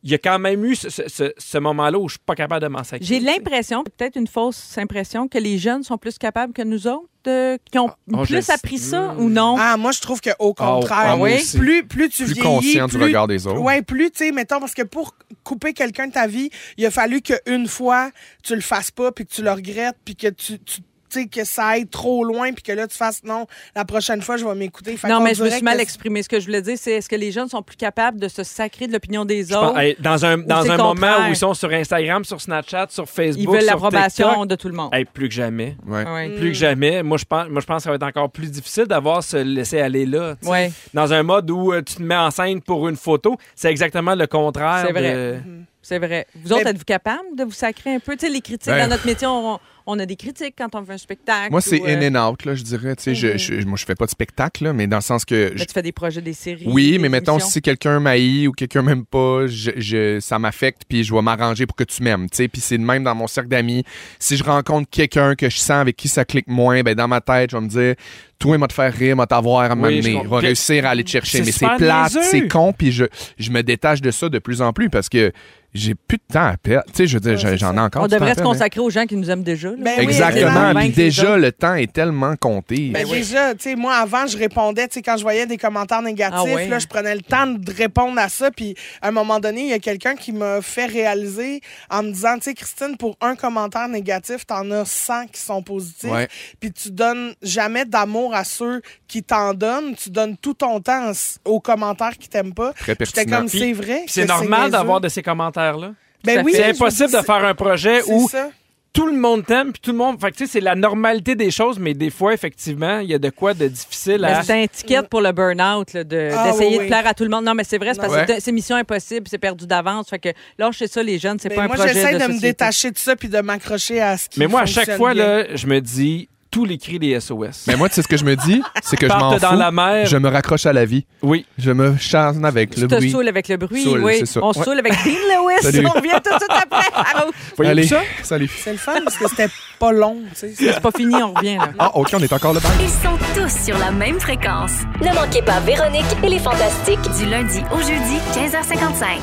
il y a quand même eu ce, ce- ce- ce moment-là où je suis pas capable de m'en sacrer. J'ai l'impression, peut-être une fausse impression, que les jeunes sont plus capables que nous autres, euh, qui ont oh, je plus sais. appris ça ou non. Ah, moi, je trouve qu'au ah, contraire, moi oui. aussi. plus, plus tu Plus vieillis, conscient du plus- regard des autres. Ouais, plus, tu sais, mettons, parce que pour couper quelqu'un de ta vie, il a fallu qu'une fois, tu le fasses pas, puis que tu le regrettes, puis que tu... tu tu sais, que ça aille trop loin, puis que là, tu fasses non, la prochaine fois, je vais m'écouter. Fait non, qu'on mais je me dirait suis mal que- exprimée. Ce que je voulais dire, c'est est-ce que les jeunes sont plus capables de se sacrer de l'opinion des Je pense- autres? hey, dans un, dans c'est un le moment contraire. où ils sont sur Instagram, sur Snapchat, sur Facebook, Ils veulent sur l'approbation Mm. TikTok. de tout le monde. Hey, mm. plus que jamais. Ouais. Ouais. Plus que jamais. Moi, je pense, moi, je pense que ça va être encore plus difficile d'avoir ce laisser aller là. tu sais. Ouais. Dans un mode où euh, tu te mets en scène pour une photo, c'est exactement le contraire. C'est vrai. de- C'est vrai. Vous autres, Mais- êtes-vous capables de vous sacrer un peu? Tu sais, les critiques Ben, dans notre métier, on, on a des critiques quand on fait un spectacle. Moi, c'est ou, euh, in and out, là, je dirais. Tu sais, je- je, moi, je fais pas de spectacle, là, mais dans le sens que... je- là, ben, tu fais des projets, des séries. Oui, des mais mettons, émissions. si quelqu'un m'haït ou quelqu'un m'aime pas, je, je- ça m'affecte, puis je vais m'arranger pour que tu m'aimes. tu sais. Puis c'est de même dans mon cercle d'amis. Si je rencontre quelqu'un que je sens avec qui ça clique moins, ben dans ma tête, je vais me dire, toi, il m'a te faire rire, m'a t'avoir à Oui, je m'amener. comprends. va Puis- réussir à aller te chercher. C'est Mais c'est super plate, niaiseux. c'est con, puis je, je me détache de ça de plus en plus parce que j'ai plus de temps à perdre. Tu sais, je veux dire, j'en- j'en ai encore On du temps à devrait se perdre, hein. consacrer aux gens qui nous aiment déjà. là. Ben, Ben oui, Exactement. exactement. Puis déjà, le temps est tellement compté. Ben déjà, tu sais, moi, avant, je répondais, tu sais, quand je voyais des commentaires négatifs, Ah ouais. là, je prenais le temps de répondre à ça. Puis, à un moment donné, il y a quelqu'un qui m'a fait réaliser en me disant, tu sais, Christine, pour un commentaire négatif, t'en as 100 qui sont positifs. Ouais. Puis, tu donnes jamais d'amour à ceux qui t'en donnent. Tu donnes tout ton temps aux commentaires qui t'aiment pas. Très J'étais pertinent. comme, c'est vrai. Puis C'est que normal niaiseux. d'avoir de ces commentaires-là. Ben oui, c'est impossible de faire un projet C'est où ça. tout le monde t'aime, puis tout le monde. Fait que, tu sais, c'est la normalité des choses, mais des fois, effectivement, il y a de quoi de difficile à. Mais C'est un ticket pour le burn-out, là, de- Ah, d'essayer oui, de oui. plaire à tout le monde. Non, mais c'est vrai, c'est parce Ouais. que c'est- c'est mission impossible, c'est perdu d'avance. Fait que lâchez ça, les jeunes, c'est Ben pas un moi, projet j'essaie de, de me société. détacher de ça puis de m'accrocher à ce qui Mais moi, à chaque fonctionne fois, bien. là, je me dis tous les cris des SOS. Mais moi, tu sais ce que je me dis, c'est que je m'en Parte fous. dans la mer. Je me raccroche à la vie. Oui. Je me charne avec Tu le te bruit. saoules avec le bruit, Saoule, oui. c'est ça. On Ouais. se saoule avec Dean Lewis. Salut. On revient tout de suite après. Ah, oh, Voyez-vous Allez, ça? salut. C'est le fun parce que c'était pas long, tu sais. C'est pas fini, on revient. là. Ah, OK, on est encore là-bas. Ils sont tous sur la même fréquence. Ne manquez pas Véronique et les Fantastiques. Du lundi au jeudi, 15h55.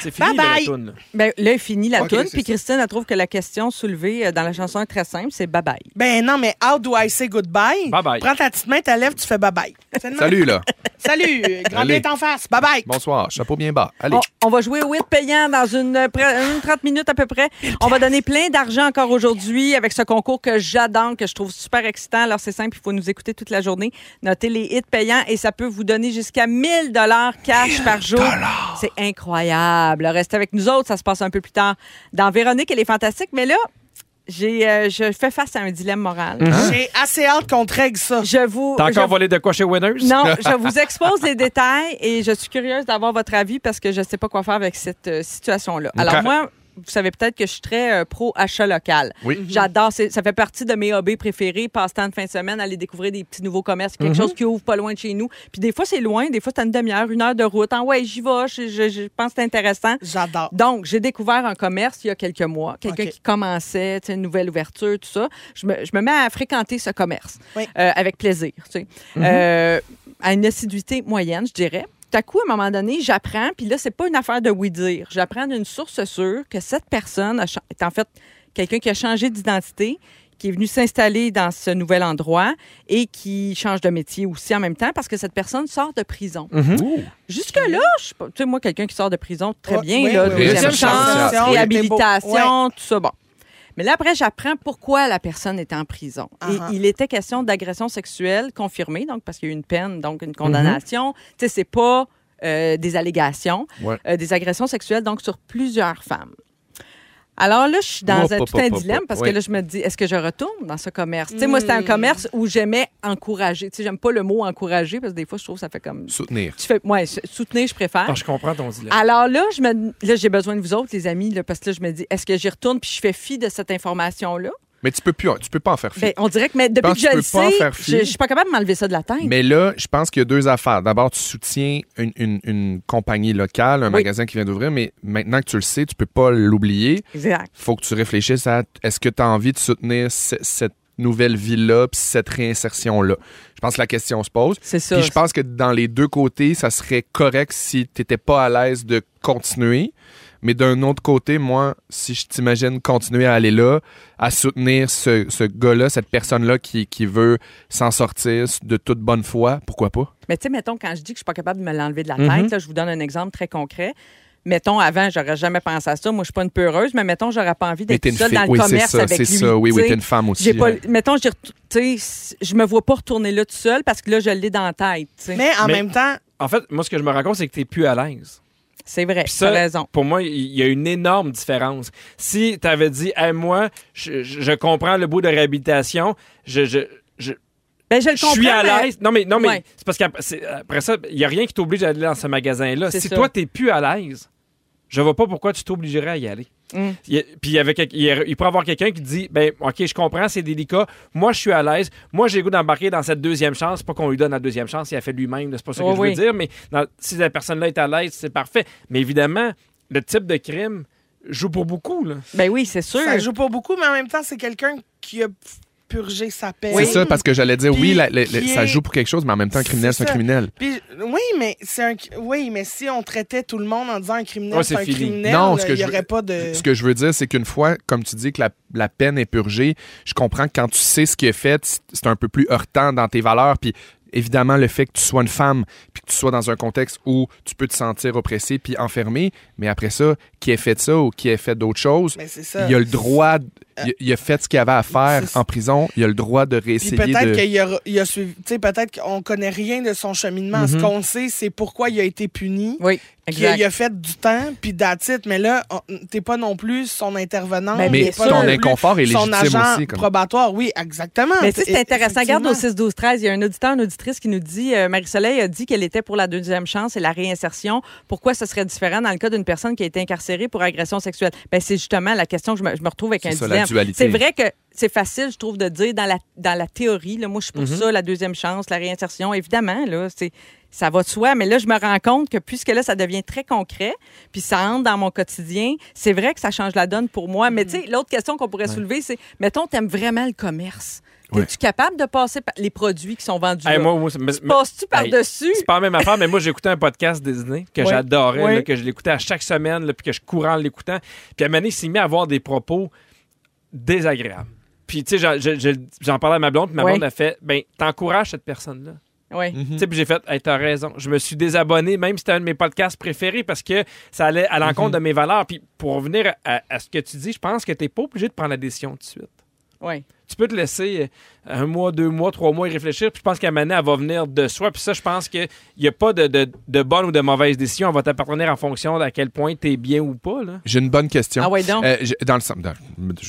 C'est fini Bye là, la bye. toune, là. Ben, là, il finit la Ok, toune, c'est puis Christine, elle trouve que la question soulevée euh, dans la chanson est très simple, c'est bye-bye. Ben non, mais how do I say goodbye? Bye-bye. Prends ta petite main, ta lèvre, tu fais bye-bye. C'est de même. Salut, là. Salut! euh, Grand Allez. bien t'en face. Bye-bye! Bonsoir. Chapeau bien bas. Allez. Oh. On, on va jouer au hit payant dans une, euh, pre- une 30 minutes à peu près. On va donner plein d'argent encore aujourd'hui avec ce concours que j'adore, que je trouve super excitant. Alors, c'est simple, il faut nous écouter toute la journée. Notez les hits payants et ça peut vous donner jusqu'à 1000 dollars cash par jour. C'est incroyable. Restez avec nous autres, ça se passe un peu plus tard dans Véronique et les Fantastiques. Mais là, j'ai, euh, je fais face à un dilemme moral. Hein? J'ai assez hâte qu'on te règle ça. Je vous... T'as je encore volé de quoi chez Winners? non, je vous expose les détails et je suis curieuse d'avoir votre avis parce que je ne sais pas quoi faire avec cette euh, situation-là. Alors Ok. moi, vous savez peut-être que je suis très euh, pro achat local. Oui. J'adore, c'est- ça fait partie de mes hobbies préférés, passe-temps de fin de semaine, aller découvrir des petits nouveaux commerces, quelque chose qui ouvre pas loin de chez nous. Puis des fois, c'est loin, des fois, c'est à une demi-heure, une heure de route. En ouais, j'y vais, je, je- je pense que c'est intéressant. J'adore. Donc, j'ai découvert un commerce il y a quelques mois, quelqu'un OK. qui commençait, tu sais, une nouvelle ouverture, tout ça. Je me, je me mets à fréquenter ce commerce Oui. euh, avec plaisir, tu sais, Euh, à une assiduité moyenne, je dirais. Tout à coup, à un moment donné, j'apprends, puis là, c'est pas une affaire de oui-dire. J'apprends d'une source sûre que cette personne a cha- est en fait quelqu'un qui a changé d'identité, qui est venu s'installer dans ce nouvel endroit et qui change de métier aussi en même temps parce que cette personne sort de prison. Mhm. Jusque-là, je suis pas- tu sais, moi, quelqu'un qui sort de prison, très Ouais, bien, ouais, là, ouais, ouais. deuxième Deuxième chance, chance, ouais. réhabilitation, tout ça, bon. Mais là, après, j'apprends pourquoi la personne était en prison. Ah, ah. Et il était question d'agression sexuelle confirmée, donc parce qu'il y a eu une peine, donc une condamnation. Mm-hmm. Tu sais, c'est pas euh, des allégations, Ouais. euh, des agressions sexuelles, donc sur plusieurs femmes. Alors là, je suis Oh, dans Hop, un hop, tout un hop, hop, dilemme hop. parce Oui. que là, je me dis, est-ce que je retourne dans ce commerce? Tu sais, moi, Mm. c'était un commerce où j'aimais encourager. Tu sais, j'aime pas le mot encourager parce que des fois, je trouve que ça fait comme. Soutenir. Tu fais, ouais, s- soutenir, je préfère. Ah, je comprends ton dilemme. Alors là, je me, là, j'ai besoin de vous autres, les amis, là, parce que là, je me dis, est-ce que j'y retourne puis je fais fi de cette information-là? Mais tu peux plus, tu peux pas en faire fi. Ben, on dirait que mais depuis pense que que je tu le peux pas en sais, faire fi. je, je suis pas capable de m'enlever ça de la tête. Mais là, je pense qu'il y a deux affaires. D'abord, tu soutiens une, une- une compagnie locale, un magasin qui vient d'ouvrir, mais maintenant que tu le sais, tu peux pas l'oublier. Exact. faut que tu réfléchisses à est-ce que tu as envie de soutenir ce- cette nouvelle vie-là puis cette réinsertion-là. Je pense que la question se pose. C'est ça. Puis je pense que dans les deux côtés, ça serait correct si tu n'étais pas à l'aise de continuer. Mais d'un autre côté, moi, si je t'imagine continuer à aller là, à soutenir ce, ce gars-là, cette personne-là qui, qui veut s'en sortir de toute bonne foi, pourquoi pas? Mais tu sais, mettons, quand je dis que je suis pas capable de me l'enlever de la tête, Mm-hmm. Mhm. là, je vous donne un exemple très concret. Mettons, avant, j'aurais jamais pensé à ça. Moi, je suis pas une peureuse, mais mettons, j'aurais pas envie Mais t'es d'être une seule dans fille. le Oui, c'est commerce ça, avec c'est lui. ça. Oui, tu oui, sais. t'es une femme aussi. J'ai pas, hein. mettons, j'ai ret- tu sais, je me vois pas retourner là tout seul parce que là, je l'ai dans la tête. tu sais. Mais en Mais- même temps, En fait, moi, ce que je me rends compte, c'est que t'es plus à l'aise. C'est vrai, Puis tu as ça, raison. pour moi, il y a une énorme différence. Si tu avais dit, Hey, moi, je, je- je comprends le bout de réhabilitation, je, je, je, Ben, je le je comprends. suis à mais- l'aise. Non, mais, non, mais Ouais. c'est parce qu'après ça, il n'y a rien qui t'oblige à aller dans ce magasin-là. C'est Si ça. toi, tu plus à l'aise, je vois pas pourquoi tu t'obligerais à y aller. Mm. Il y a- Puis il, y avait quelqu'un- il y a- il pourrait y avoir quelqu'un qui dit ben OK, je comprends, c'est délicat. Moi, je suis à l'aise. Moi, j'ai le goût d'embarquer dans cette deuxième chance. C'est Pas qu'on lui donne la deuxième chance, il a fait lui-même. là. C'est pas ça que Oui, je oui. veux dire. Mais dans- si la personne-là est à l'aise, c'est parfait. Mais évidemment, le type de crime joue pour beaucoup. Là. Ben oui, c'est sûr. ça joue pas beaucoup, mais en même temps, c'est quelqu'un qui a purgé sa peine. C'est ça, parce que j'allais dire, oui, Puis la- la- la- qui ça est- joue pour quelque chose, mais en même temps, un criminel, c'est un C'est ça. criminel. Puis, oui, mais c'est un. Oui, mais si on traitait tout le monde en disant un criminel, Ouais, c'est c'est un fini. criminel, euh, Non, ce que il n'y je- aurait pas de. Ce que je veux dire, c'est qu'une fois, comme tu dis, que la, la peine est purgée, je comprends que quand tu sais ce qui est fait, c'est- c'est un peu plus heurtant dans tes valeurs. Puis évidemment, le fait que tu sois une femme, puis que tu sois dans un contexte où tu peux te sentir oppressé puis enfermé, mais après ça, qui ait fait ça ou qui ait fait d'autres choses, Mais Ben, c'est ça. il a le droit, de- il a- il a fait ce qu'il avait à faire C'est- en prison, il a le droit de Puis réessayer peut-être de... qu'il a, il a suivi. Tu sais, peut-être qu'on connaît rien de son cheminement. Mhm. Ce qu'on sait, c'est pourquoi il a été puni. Oui, qu'il a- exact. Il a fait du temps, puis d'attitude. Mais là, on- t'es pas non plus son intervenant. Mais Mais Ben, bien t'es pas sûr. ton non plus inconfort est son légitime agent aussi. comme- probatoire. Oui, exactement. Mais tu sais, c'est intéressant. Regarde au Effectivement. 6, 12, 13, il y a un auditeur, une auditrice qui nous dit euh, Marie-Soleil a dit qu'elle était pour la deuxième chance et la réinsertion. Pourquoi ce serait différent dans le cas d'une personne qui a été incarcérée pour agression sexuelle? Ben, c'est justement la question que je me, je me retrouve avec C'est un ça, la dilemme. dualité. C'est vrai que c'est facile, je trouve, de dire dans la, dans la théorie. là, moi, je suis Mm-hmm. pour ça, la deuxième chance, la réinsertion. Évidemment, là, c'est. Ça va de soi, mais là, je me rends compte que puisque là, ça devient très concret, puis ça entre dans mon quotidien, c'est Mm. vrai que ça change la donne pour moi. Mais tu sais, l'autre question qu'on pourrait soulever, c'est, mettons, t'aimes vraiment le commerce. Ouais. Es-tu capable de passer par les produits qui sont vendus Hey, là? moi, moi, ça me- Tu passes-tu Hey, par-dessus? C'est pas la même affaire, mais moi, j'écoutais un podcast Disney que Oui. j'adorais, Oui. là, que je l'écoutais à chaque semaine, là, puis que je courais en l'écoutant. Puis à un moment donné, il s'est mis à avoir des propos désagréables. Puis, tu sais, j'en- je- je- j'en parlais à ma blonde, puis ma Oui. Mhm. blonde a fait Ben, t'encourages cette personne-là. Mm. Oui. Tu sais, puis j'ai fait, hey, t'as raison. Je me suis désabonné, même si c'était un de mes podcasts préférés, parce que ça allait à l'encontre Mhm. de mes valeurs. Puis pour revenir à, à ce que tu dis, je pense que t'es pas obligé de prendre la décision tout de suite. Oui. Tu peux te laisser euh, un mois, deux mois, trois mois y réfléchir. Puis je pense qu'à un moment donné, elle va venir de soi. Puis ça, je pense qu'il n'y a pas de, de, de bonne ou de mauvaise décision. Elle va t'appartenir en fonction d'à quel point t'es bien ou pas. Là. J'ai une bonne question. Ah ouais, donc. Euh, j'ai- dans le sens- dans-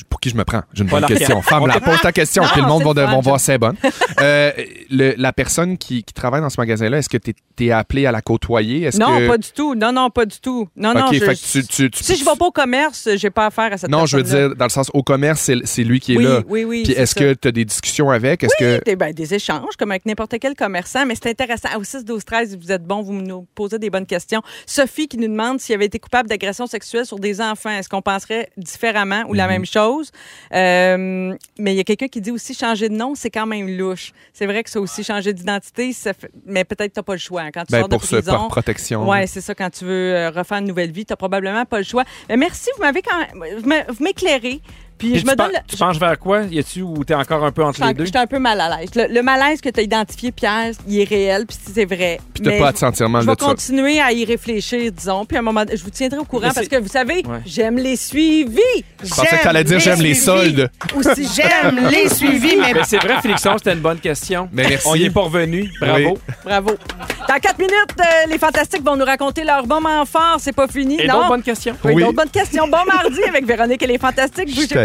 pour qui je me prends? J'ai une Paul bonne Arcand. question. Femme, la pose ta question, Non, puis le monde c'est va, le de- fun, vont voir j'aime. c'est bonne. Euh, le- la personne qui, qui travaille dans ce magasin-là, est-ce que tu es, appelé à la côtoyer? Est-ce Non, que... pas du tout. Non, non, pas du tout. Non, OK, non. je- fait que tu- tu- tu- si je vais pas au commerce, j'ai pas affaire à cette Non, je veux personne-là. dire, dans le sens, au commerce, c'est- c'est lui qui est Oui, là. oui, oui, Puis c'est est-ce ça. que tu as des discussions avec? Est-ce Euh, que... Des, ben, des échanges, comme avec n'importe quel commerçant, mais c'est intéressant. Au 6, 12, 13, vous êtes bon, vous nous posez des bonnes questions. Sophie qui nous demande s'il avait été coupable d'agression sexuelle sur des enfants. Est-ce qu'on penserait différemment ou Mhm. la même chose? Euh, mais il y a quelqu'un qui dit aussi changer de nom, c'est quand même louche. C'est vrai que ça aussi, changer d'identité, ça fait- mais peut-être que tu pas le choix. hein. Quand tu Ben, sors de pour ce, prison, par protection. Ouais, c'est ça. Quand tu veux euh, refaire une nouvelle vie, t'as probablement pas le choix. Mais merci, vous m'avez quand vous m'a- vous m'éclairez. Puis, Puis je tu, me pen- donne. le- tu penches vers quoi? Y a-tu ou t'es encore un peu entre je- les deux? je suis un peu mal à l'aise. Le, le malaise que tu as identifié, Pierre, il est réel, puis c'est vrai. Puis t'as Mais pas à je- te sentir mal je de vais ça. continuer à y réfléchir, disons. Puis à un moment, je vous tiendrai au courant Mais parce que c'est- vous savez, Ouais. j'aime les suivis. Je pensais que t'allais dire j'aime les soldes. Aussi, j'aime les suivis, mais Mais c'est vrai, Félixon, c'était une bonne question. Mais merci. On y est pas revenu. Bravo. Bravo. Dans quatre minutes, euh, les fantastiques vont nous raconter leur bon moment fort. C'est pas fini. Et non. donc, bonne question. Oui, Oui. donc, bonne question. Bon mardi avec Véronique et les fantastiques. Je Bougez pas.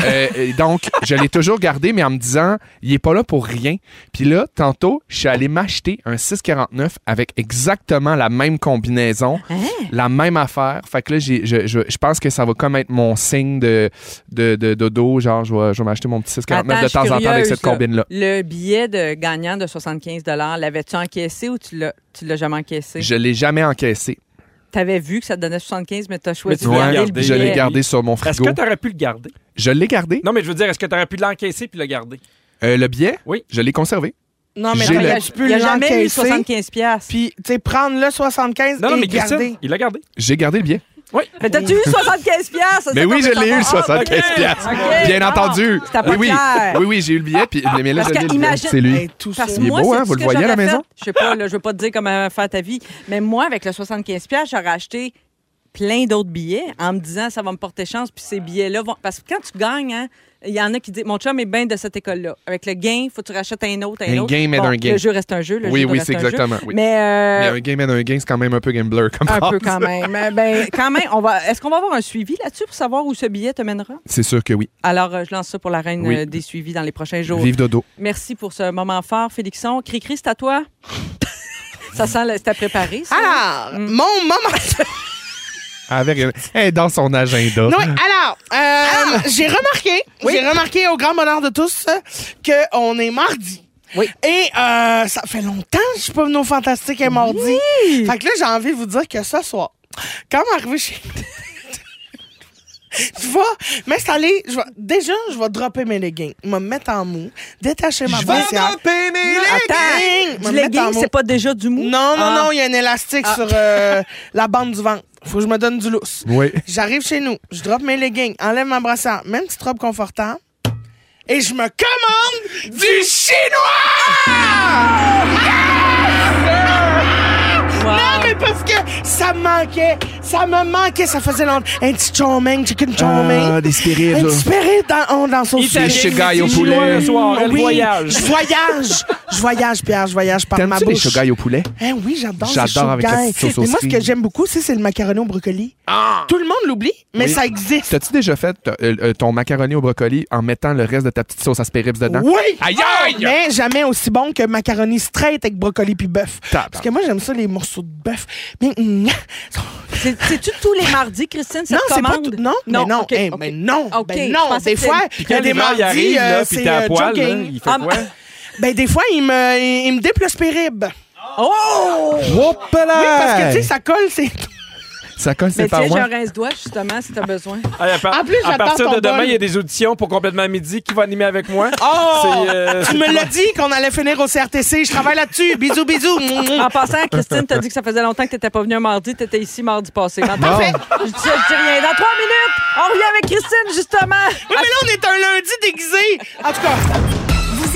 Euh, et donc, je l'ai toujours gardé, mais en me disant, il est pas là pour rien. Puis là, tantôt, je suis allé m'acheter un 649 avec exactement la même combinaison, Hein? la même affaire. Fait que là, j'ai- je, je- je pense que ça va comme être mon signe de, de, de, de dos. Genre, je vais, je vais m'acheter mon petit 649 Attends, de je suis temps en temps avec curieuse, cette là. combine-là. Le billet de gagnant de 75 l'avais-tu encaissé ou tu l'as, tu l'as jamais encaissé? Je l'ai jamais encaissé. T'avais vu que ça te donnait 75, mais t'as choisi tu de l'as garder le gardé. je l'ai billet. gardé sur mon Est-ce frigo. que t'aurais pu le garder? Je l'ai gardé. Non, mais je veux dire, est-ce que t'aurais pu l'encaisser puis le garder? Euh, le billet, Oui. je l'ai conservé. Non, mais J'ai regarde, le- tu Il peux n'y a jamais eu l'encaisser, 75 piastres. Puis, tu sais, prendre le 75 Non, non, et mais Christine, garder. il l'a gardé. J'ai gardé le billet. Mais t'as-tu eu 75 piastres? Ça, Mais ça, oui, ça je fait l'ai eu, le savoir. 75 piastres. Ah, ok, Bien bon. entendu. C'était pas Oui, oui, clair. oui, oui, j'ai eu le billet. Puis, mais là, Parce je que l'ai, le billet. imagine- C'est lui. Hey, tout Parce ça. que Il est moi, beau, c'est hein? ce Vous le que voyez à la j'aurais maison? fait. Je sais pas, là, je veux pas te dire comment faire ta vie, mais moi, avec le 75 pièces, j'aurais acheté plein d'autres billets en me disant ça va me porter chance, puis ces billets-là vont... Parce que quand tu gagnes, hein, il y en a qui disent, mon chum est bien de cette école-là. Avec le gain, faut que tu rachètes un autre, un, Un autre. gain mène un gain. Le jeu reste un jeu. le Oui, jeu doit oui, rester c'est un jeu. exactement, oui. Mais, euh, Mais un game and un game, c'est quand même un peu gambler comme un phrase. peu quand même. Mais, ben, quand même, on va. Est-ce qu'on va avoir un suivi là-dessus pour savoir où ce billet te mènera? C'est sûr que oui. Alors, euh, je lance ça pour la reine Oui. euh, des suivis dans les prochains jours. Vive Dodo. Merci pour ce moment fort, Félixon. Cri-cri, c'est à toi. ça sent, le- c'était préparé, ça. Alors, mon moment. Avec une- Hey, dans son agenda. Non, ouais, alors, Ah! euh, j'ai remarqué, j'ai remarqué au grand bonheur de tous qu'on est mardi. Oui. Et euh, ça fait longtemps que je suis pas venue au Fantastique et mardi. Fait que là, j'ai envie de vous dire que ce soir, quand m'arriver chez... Je vais m'installer. je vais- Déjà, je vais dropper mes leggings. Je vais me mettre en mou, détacher ma brassière. leggings! Attends, du legging, c'est pas déjà du mou? Non, non, Ah. non, il y a un élastique sur euh, la bande du ventre. Faut que je me donne du lousse. Oui. J'arrive chez nous, je drop mes leggings, enlève ma brassière, même petite robe confortable, et je me commande du chinois! Non, mais parce que ça me manquait, ça me manquait, ça faisait longtemps. Un petit chow mein, chicken chow mein. Ah, des Un spirites. petit spirit dans, on- dans son Italien, sushi. Chegaille au Chinois poulet. le soir, elle Oui, voyage. Je voyage. Je voyage, Pierre. Je voyage par ma T'aimes-tu bouche. les shogai au poulet? Hein, oui, j'adore. J'adore ces avec la shogai. petite sauce au Mais moi, ce que citron. j'aime beaucoup aussi, c'est le macaroni au brocoli. Ah! Tout le monde l'oublie, mais Oui. ça existe. T'as-tu déjà fait euh, euh, ton macaroni au brocoli en mettant le reste de ta petite sauce à spirips dedans? Oui! Aïe, aïe! Ah, Mais jamais aussi bon que macaroni straight avec brocoli puis bœuf. Tabarnak. Parce que moi, j'aime ça, les morceaux de bœuf. Mais mm, C'est- C'est-tu tous les mardis, Christine, cette non, c'est pas commande? tout. Non, non, non. OK, hey, OK. Mais non, OK, ben je non. pensais Des que c'est- fois, Puis il y a quand des l'hiver il mardis, arrive, euh, là, puis c'est, t'es à euh, poil, là, jogging. il fait Ah, quoi? Ben, des fois, il me, il, il me déplace périb. Oh! Oui, parce que, tu sais, ça colle, c'est. Ça colle, Mais c'est tiens, pas j'ai un moi. rince-doigt, justement, si t'as besoin. Hey, à par- En plus, à j'attends partir ton de demain, bol. il y a des auditions pour complètement midi. Qui va animer avec moi? Oh! C'est, euh, Tu me l'as dit qu'on allait finir au CRTC. Je travaille là-dessus. Bisous, bisous. Mm, mm. En passant, Christine, t'as dit que ça faisait longtemps que t'étais pas venue un mardi, t'étais ici mardi passé. Ah, Maintenant, Bon. je, dis ça, je dis rien. Dans trois minutes, on revient avec Christine, justement. Oui, mais là, on est un lundi déguisé. En tout cas. Vous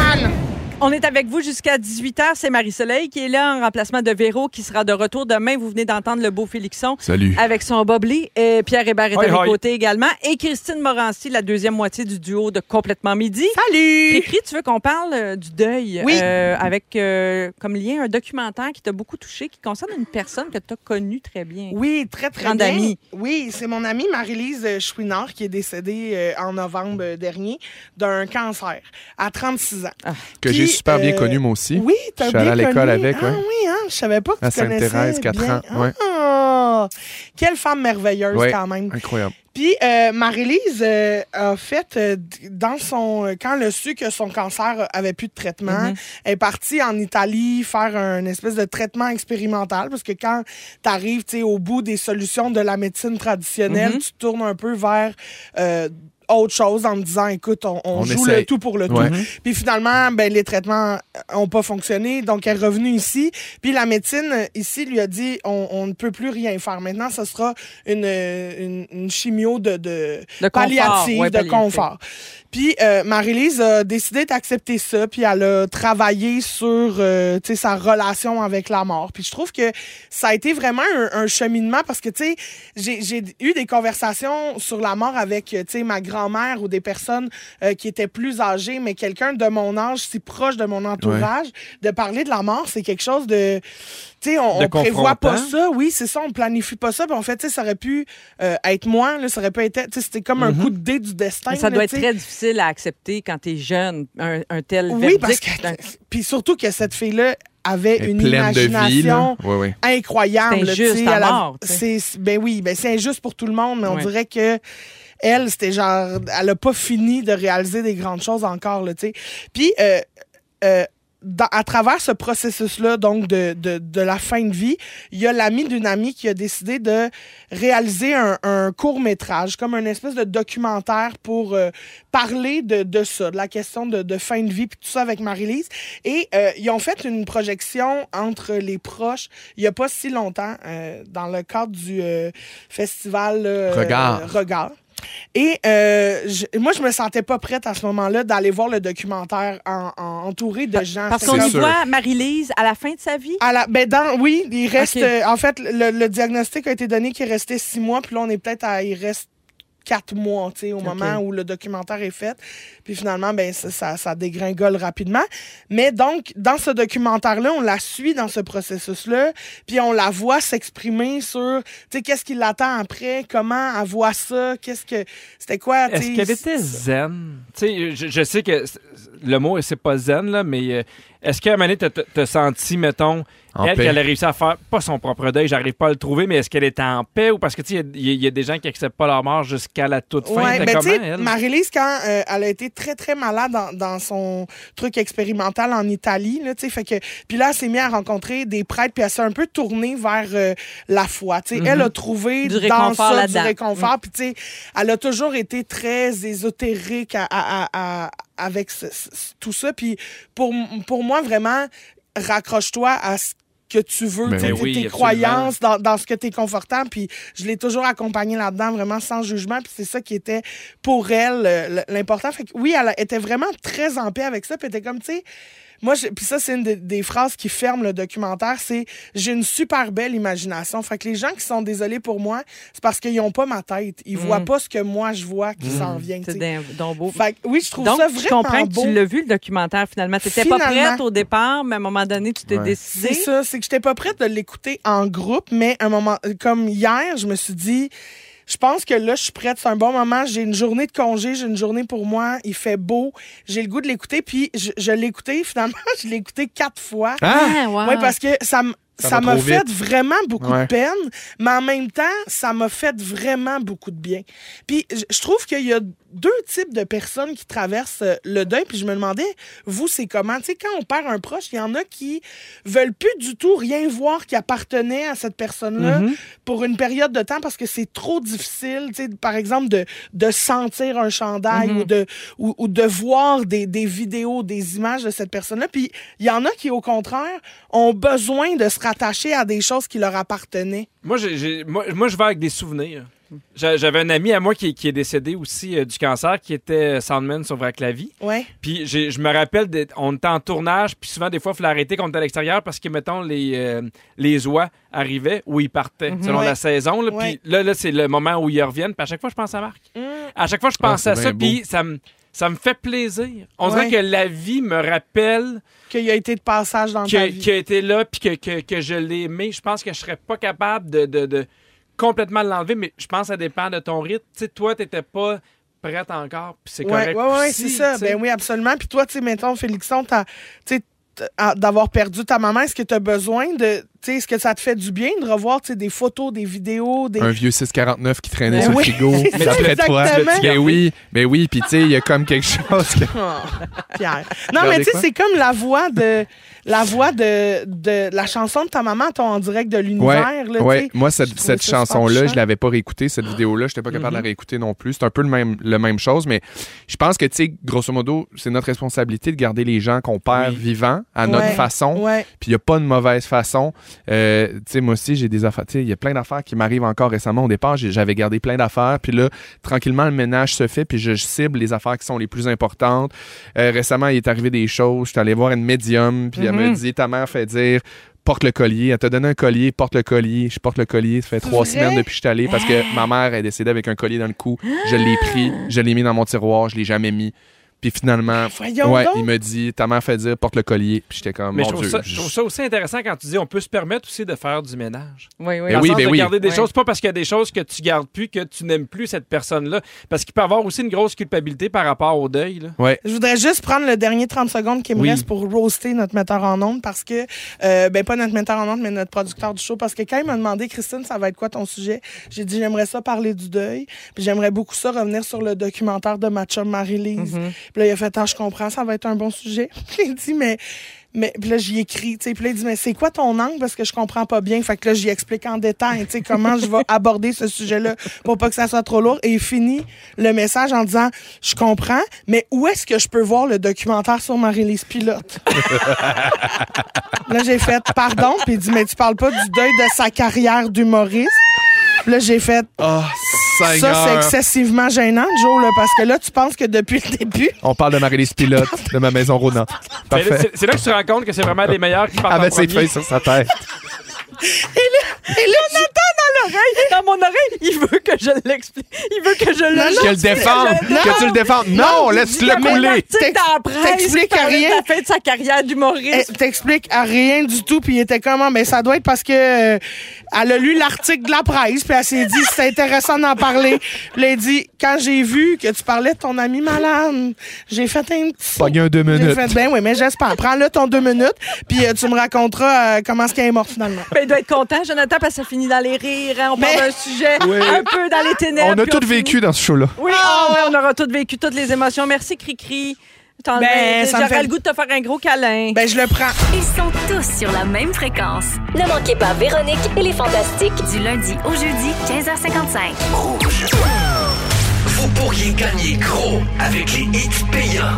On est avec vous jusqu'à 18h. C'est Marie-Soleil qui est là en remplacement de Véro qui sera de retour demain. Vous venez d'entendre le beau Félixon Salut. avec son boblé. Et Pierre Hébert est Hoi, à mes hoi. côtés également. Et Christine Morancy, la deuxième moitié du duo de Complètement Midi. Salut! Cricri, tu veux qu'on parle euh, du deuil Oui. euh, avec euh, comme lien un documentaire qui t'a beaucoup touché, qui concerne une personne que tu as connue très bien. Oui, très, très Grande bien. amie. Oui, c'est mon amie Marie-Lise euh, Chouinard qui est décédée euh, en novembre euh, dernier d'un cancer à 36 ans. Ah. Que Puis, j'ai super bien euh, connu, moi aussi. Oui, t'as Je suis bien allé à l'école connu. avec, Ah ouais. oui, hein, je savais pas que À tu connaissais Sainte-Thérèse, quatre bien. ans, ouais. Ah, quelle femme merveilleuse Ouais. quand même. Incroyable. Puis euh, Marie-Lise euh, a fait euh, d- dans son euh, quand elle a su que son cancer avait plus de traitement, elle est partie en Italie faire un espèce de traitement expérimental parce que quand tu arrives au bout des solutions de la médecine traditionnelle, tu tournes un peu vers euh, autre chose en me disant écoute on, on On joue essaye. le tout pour le Ouais. tout. Puis finalement ben les traitements ont pas fonctionné donc elle est revenue ici puis la médecine euh, ici lui a dit on, on ne peut plus rien faire. Maintenant ce sera une, euh, une, une chimio de, de, De confort, palliative, ouais, de palliative. confort. Puis euh, Marie-Lise a décidé d'accepter ça, puis elle a travaillé sur euh, tu sais, sa relation avec la mort. Puis je trouve que ça a été vraiment un, un cheminement parce que tu sais, j'ai j'ai eu des conversations sur la mort avec euh, tu sais, ma grand-mère ou des personnes euh, qui étaient plus âgées, mais quelqu'un de mon âge, si proche de mon entourage, de parler de la mort, c'est quelque chose de... Tu sais, on, De on prévoit pas confrontant. ça, oui, c'est ça, on planifie pas ça. Puis en fait, tu sais, ça aurait pu euh, être moi, là, ça aurait pu être. tu sais, C'était comme Mm-hmm. un coup de dé du destin. Mais ça là, doit être tu sais. très difficile à accepter quand tu es jeune, un, un tel Oui, verdict hein. parce que. d'un- Puis surtout que cette fille-là avait Elle est une pleine de vie. là. imagination. Ouais, ouais. incroyable. C'est là, tu injuste sais, à elle a- mort, tu sais. c'est- Ben oui, ben c'est injuste pour tout le monde, mais on Ouais. dirait que elle, c'était genre, elle a pas fini de réaliser des grandes choses encore, là, tu sais. Puis, euh, euh, dans- à travers ce processus-là, donc de, de, de la fin de vie, il y a l'ami d'une amie qui a décidé de réaliser un, un court-métrage, comme un espèce de documentaire pour euh, parler de, de ça, de la question de, de fin de vie, puis tout ça avec Marie-Lise. Et euh, ils ont fait une projection entre les proches il n'y a pas si longtemps, euh, dans le cadre du euh, festival euh, Regard. euh, Regard. Et euh, je- moi, je me sentais pas prête à ce moment-là d'aller voir le documentaire en, en- entouré de gens. Parce C'est qu'on comme- y sûr. voit Marie-Lise à la fin de sa vie. à la, ben dans, oui, il reste. Ok. euh, en fait, le, le diagnostic a été donné qu'il restait six mois, puis là, on est peut-être à. Il reste quatre mois, tu sais, au moment où le documentaire est fait. Puis finalement, ben, ça, ça, ça dégringole rapidement. Mais donc, dans ce documentaire-là, on la suit dans ce processus-là, puis on la voit s'exprimer sur, tu sais, qu'est-ce qui l'attend après, comment elle voit ça, qu'est-ce que. C'était quoi, tu sais. Est-ce qu'elle était zen? Tu sais, je, je sais que c'est- le mot, c'est pas zen, là, mais euh, est-ce qu'à un moment donné, t'as- t'as t'as senti, mettons, En elle, paix. qu'elle a réussi à faire, pas son propre deuil, j'arrive pas à le trouver, mais est-ce qu'elle était en paix ou parce que, tu sais, il y, a- il y a des gens qui acceptent pas leur mort jusqu'à la toute fin. Ouais, T'es mais tu comment, sais, elle? Marie-Lise, quand euh, elle a été très, très malade dans, dans son truc expérimental en Italie, là, tu sais, fait que... Puis là, elle s'est mise à rencontrer des prêtres, puis elle s'est un peu tournée vers euh, la foi, Mm-hmm. tu sais. Elle a trouvé Du dans réconfort ça du là-dedans. Mm. réconfort, puis tu sais, elle a toujours été très ésotérique à- à- à- à- avec ce- ce- ce- tout ça. Puis pour, m- pour moi, vraiment, raccroche-toi à ce que tu veux, Ben tu sais, oui, tes- tes absolument. croyances, dans, dans ce que tu es confortable. Puis je l'ai toujours accompagnée là-dedans, vraiment sans jugement. Puis c'est ça qui était pour elle euh, le- l'important. Fait que oui, elle était vraiment très en paix avec ça. Puis elle était comme, tu sais, moi, je- puis ça, c'est une des, des phrases qui ferme le documentaire, c'est « J'ai une super belle imagination. » Fait que les gens qui sont désolés pour moi, c'est parce qu'ils n'ont pas ma tête. Ils voient pas ce que moi, je vois qui s'en vient. tu Mm. C'est sais. d'un- donc beau. Fait que oui, je trouve Donc, ça je vraiment comprends beau. que tu l'as vu, le documentaire, finalement. Tu n'étais pas Finalement. prête au départ, mais à un moment donné, tu t'es Ouais. C'est décidée. ça, c'est que j'étais pas prête de l'écouter en groupe, mais un moment, comme hier, je me suis dit, je pense que là, je suis prête, c'est un bon moment, j'ai une journée de congé, j'ai une journée pour moi, il fait beau, j'ai le goût de l'écouter, puis je, je l'ai écouté, finalement, je l'ai écouté quatre fois. Ah, wow. Oui, parce que ça m- Ça ça va m'a trop fait vite. vraiment beaucoup Ouais. de peine, mais en même temps, ça m'a fait vraiment beaucoup de bien. Puis je je trouve qu'il y a deux types de personnes qui traversent euh, le deuil, puis je me demandais, vous, c'est comment? Tu sais, quand on perd un proche, il y en a qui veulent plus du tout rien voir qui appartenait à cette personne-là pour une période de temps parce que c'est trop difficile, tu sais, par exemple, de, de sentir un chandail ou, de, ou, ou de voir des, des vidéos, des images de cette personne-là. Puis il y en a qui, au contraire, ont besoin de se rattacher à des choses qui leur appartenaient. Moi, j'ai- j'ai- moi, moi, je vais avec des souvenirs. J'a- J'avais un ami à moi qui, qui est décédé aussi euh, du cancer, qui était euh, Soundman sur Vraclavie. Ouais. Puis j'ai- je me rappelle, d'être- on était en tournage, puis souvent, des fois, il fallait arrêter quand on était à l'extérieur parce que, mettons, les, euh, les oies arrivaient ou ils partaient, selon Mhm. Ouais. la saison. Là, Ouais. Mm. Puis là, là c'est le moment où ils reviennent. Puis à chaque fois, je pense à Marc. À chaque fois, je pense Ah, c'est à ça, bien beau. puis ça me, ça me fait plaisir. On dirait Ouais. que la vie me rappelle Qu'il a été de passage dans ta que, vie. qui a été là puis que, que, que je l'ai aimé. Je pense que je serais pas capable de, de, de complètement l'enlever, mais je pense que ça dépend de ton rythme. Tu sais, toi, t'étais pas prête encore, puis c'est Ouais, correct. ouais, ouais, aussi, c'est ça. tu sais. Ben oui, absolument. Puis toi, tu sais, mettons, Félixon, t'as- tu sais, t- à- d'avoir perdu ta maman, est-ce que tu as besoin de. Tu sais, est-ce que ça te fait du bien de revoir tu sais, des photos, des vidéos, des. Un vieux 649 qui traînait Ben sur oui, le frigo. c'est puis ça, après toi. exactement. Ben oui, ben oui. Puis tu sais, il y a comme quelque chose que- Ah, Pierre. Non, Regardez mais tu sais, quoi? c'est comme la voix de la voix de, de la chanson de ta maman, ton en direct de l'univers. là, tu ouais. sais. Moi, cette, trouvé cette ça super Ah. Mm-hmm. chanson-là, touchant. je l'avais pas réécoutée, cette vidéo-là. J'étais pas capable de la réécouter non plus. C'est un peu le même, le même chose, mais je pense que, tu sais, grosso modo, c'est notre responsabilité de garder les gens qu'on perd Oui. vivants à notre Ouais. façon. Ouais. Puis il n'y a pas de mauvaise façon. Euh, tu sais, moi aussi, j'ai des affaires. Tu sais, il y a plein d'affaires qui m'arrivent encore récemment. Au départ, j'ai- j'avais gardé plein d'affaires. Puis là, tranquillement, le ménage se fait. Puis je cible les affaires qui sont les plus importantes. Euh, récemment, il est arrivé des choses. Je suis allé voir une médium. Puis elle Mhm. me dit Ta mère fait dire. Porte le collier. Elle t'a donné un collier, porte le collier. Je porte le collier. Ça fait trois vrai? Ah! semaines depuis que je suis allé parce que ma mère est décédée avec un collier dans le cou. Je l'ai pris, je l'ai mis dans mon tiroir, je l'ai jamais mis. Puis finalement, voyons ouais, donc. il me dit Ta mère fait dire, porte le collier. Puis j'étais comme Mais Oh Ah, Mon je Dieu, trouve, ça, je- je trouve ça aussi intéressant quand tu dis on peut se permettre aussi de faire du ménage. Oui, oui. Ben Dans le oui, sens ben de oui. garder des Ouais. choses, pas parce qu'il y a des choses que tu gardes plus, que tu n'aimes plus cette personne-là. Parce qu'il peut avoir aussi une grosse culpabilité par rapport au deuil. Là. Ouais. Je voudrais juste prendre le dernier 30 secondes qui me Oui. reste pour roaster notre metteur en ondes parce que, euh, ben pas notre metteur en ondes, mais notre producteur du show. Parce que quand il m'a demandé, Christine, ça va être quoi ton sujet? J'ai dit, j'aimerais ça parler du deuil. Puis j'aimerais beaucoup ça revenir sur le documentaire de ma chum Marie-Lise. Puis là, il a fait, ah, je comprends, ça va être un bon sujet. il dit, mais. Mais puis là, j'y écris, tu sais, puis là, il dit, mais c'est quoi ton angle? Parce que je comprends pas bien. Fait que là, j'y explique en détail, tu sais, comment je vais aborder ce sujet-là pour pas que ça soit trop lourd. Et il finit le message en disant, je comprends, mais où est-ce que je peux voir le documentaire sur Marie-Lise Pilote? là, j'ai fait, pardon, puis il dit, mais tu parles pas du deuil de sa carrière d'humoriste. Puis Là, j'ai fait, Oh, ça, c'est Seigneur. excessivement gênant, Joe, là, parce que là, tu penses que depuis le début, On parle de Marie-Lise Pilote de ma maison Ronan. Mais là, Parfait. C'est c'est là que tu te rends compte que c'est vraiment les meilleurs qui partent en Avec ses premier. feuilles sur sa tête. et là, j'ai- l'oreille, dans mon oreille, il veut que je l'explique. Il veut que je le Qu'elle défende. Que tu le défendes. Non, laisse-le couler. T'ex- t'expliques T'expliques rien. rien. la fin de sa carrière Elle d'humoriste. t'explique Eh, à rien du tout, puis il était comment? Mais ça doit être parce que euh, elle a lu l'article de la presse, puis elle s'est dit c'est intéressant d'en parler. Puis là, elle dit quand j'ai vu que tu parlais de ton ami malade, j'ai fait un petit. Pogné un deux J'ai minutes. fait, ben oui, mais j'espère. Prends-le ton deux minutes, puis euh, tu me raconteras euh, comment est-ce qu'il est mort finalement. Ben, il doit être content, Jonathan, parce que ça finit dans les rires. hein. On Mais- parle d'un sujet Oui. un peu dans les ténèbres. On a puis tout finit- vécu dans ce show-là. Oui, oh, ouais, on aura toutes vécu toutes les émotions. Merci, Cricri. T'en- Ben, ça me J'aurais fait- le goût de te faire un gros câlin. Ben je le prends. Ils sont tous sur la même fréquence. Ne manquez pas Véronique et les Fantastiques. Du lundi au jeudi, 15h55. Vous pourriez gagner gros avec les hits payants.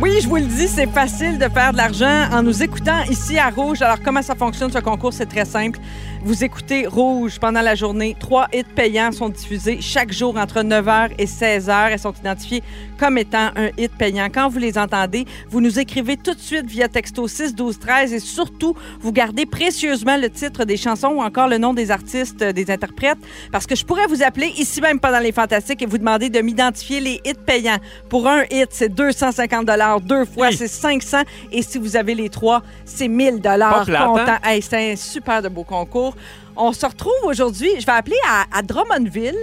Oui, je vous le dis, c'est facile de faire de l'argent en nous écoutant ici à Rouge. Alors, comment ça fonctionne ce concours? C'est très simple. Vous écoutez Rouge pendant la journée. Trois hits payants sont diffusés chaque jour entre 9h et 16h. Elles sont identifiées comme étant un hit payant. Quand vous les entendez, vous nous écrivez tout de suite via texto 6 12 13 et surtout, vous gardez précieusement le titre des chansons ou encore le nom des artistes, euh, des interprètes, parce que je pourrais vous appeler ici même pendant les Fantastiques et vous demander de m'identifier les hits payants. Pour un hit, c'est 250 dollars, deux fois Hi. c'est 500 et si vous avez les trois, c'est 1000 Pas dollars. plate, Content. hein? Ah, Hey, c'est un super de beau concours. On se retrouve aujourd'hui, je vais appeler à, à Drummondville.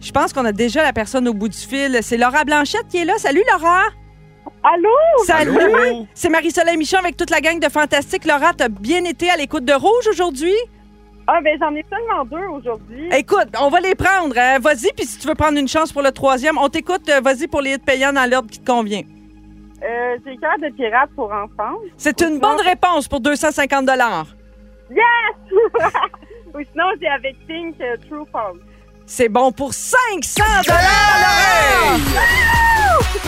Je pense qu'on a déjà la personne au bout du fil. C'est Laura Blanchette qui est là. Salut Laura. Allô? Salut. C'est Marie-Soleil Michon avec toute la gang de Fantastique. Laura, t'as bien été à l'écoute de Rouge aujourd'hui? Ah, ben j'en ai seulement deux aujourd'hui. Écoute, on va les prendre. hein. Vas-y, puis si tu veux prendre une chance pour le troisième, on t'écoute. euh, Vas-y pour les hits payants dans l'ordre qui te convient. Euh, j'ai cœur de pirate pour enfants. C'est une bonne réponse pour 250 Ou sinon, j'ai avec Pink euh, True False. C'est bon pour 500 Laura!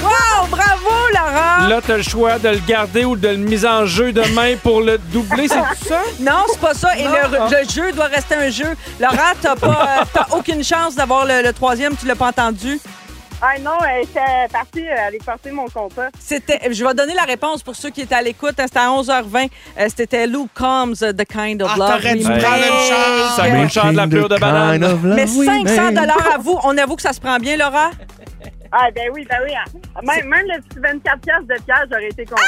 Wow! Bravo, Ah! Laurent! Là, t'as le choix de le garder ou de le miser en jeu demain pour le doubler, c'est tout ça? Non, c'est pas ça. Et le, le jeu doit rester un jeu. Laurent, t'as pas, euh, t'as aucune chance d'avoir le, le troisième. Tu l'as pas entendu. Ah non, elle était partie euh, aller porter mon compas. C'était, je vais donner la réponse pour ceux qui étaient à l'écoute. C'était à 11h20. Euh, C'était Lou Combs, euh, The Kind of Ah, Love. t'aurais dû We prendre Make. une chance. Ça coûte cher de la pure de banane. Mais 500 ben. dollars à vous. On avoue que ça se prend bien, Laura. Ah ben oui, ben oui. hein. Même, même le petit 24 piastres de pierre, j'aurais été contente.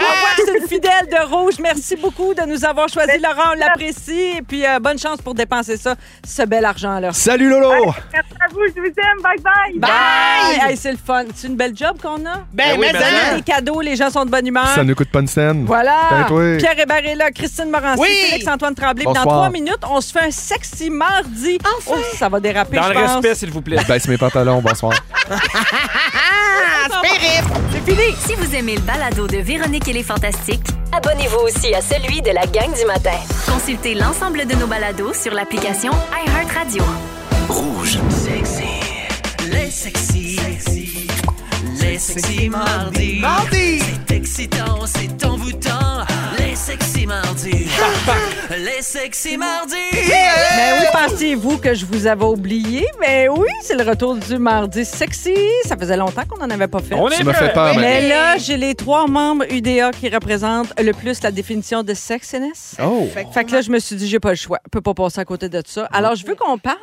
On voit que c'est une fidèle de Rouge. Merci beaucoup de nous avoir choisi, Laurent. On l'apprécie. Et puis, euh, bonne chance pour dépenser ça, ce bel argent-là. Salut Lolo! Merci à vous, je vous aime. Bye bye. Bye! Hey, c'est le fun. C'est une belle job qu'on a. Ben, oui, mais ben hein. Des cadeaux, les gens sont de bonne humeur. Ça ne coûte pas une scène. Voilà. Ben, toi. Pierre Hébert est là, Christine Morancy, Oui. Félix-Antoine Tremblay. Puis Bonsoir. Dans trois minutes, on se fait un sexy mardi. Oh, ça va déraper, Dans je le pense. respect, s'il vous plaît. Je baisse mes pantalons, bonsoir. Si vous aimez le balado de Véronique et les Fantastiques, Abonnez-vous aussi à celui de la gang du matin. consultez l'ensemble de nos balados sur l'application iHeartRadio. Rouge. Sexy. Les sexy. Les sexy mardis. Mardi. C'est excitant, c'est envoûtant. Les sexy mardis. Les sexy mardis. Mais oui, pensiez-vous que je vous avais oublié? Mais oui, c'est le retour du mardi sexy. Ça faisait longtemps qu'on n'en avait pas fait. On est Tu me fais prêts. peur, mais. Mais là, j'ai les trois membres UDA qui représentent le plus la définition de sexiness. Oh! Fait que là, je me suis dit, j'ai pas le choix. Je peux pas passer à côté de ça. Alors, je veux qu'on parle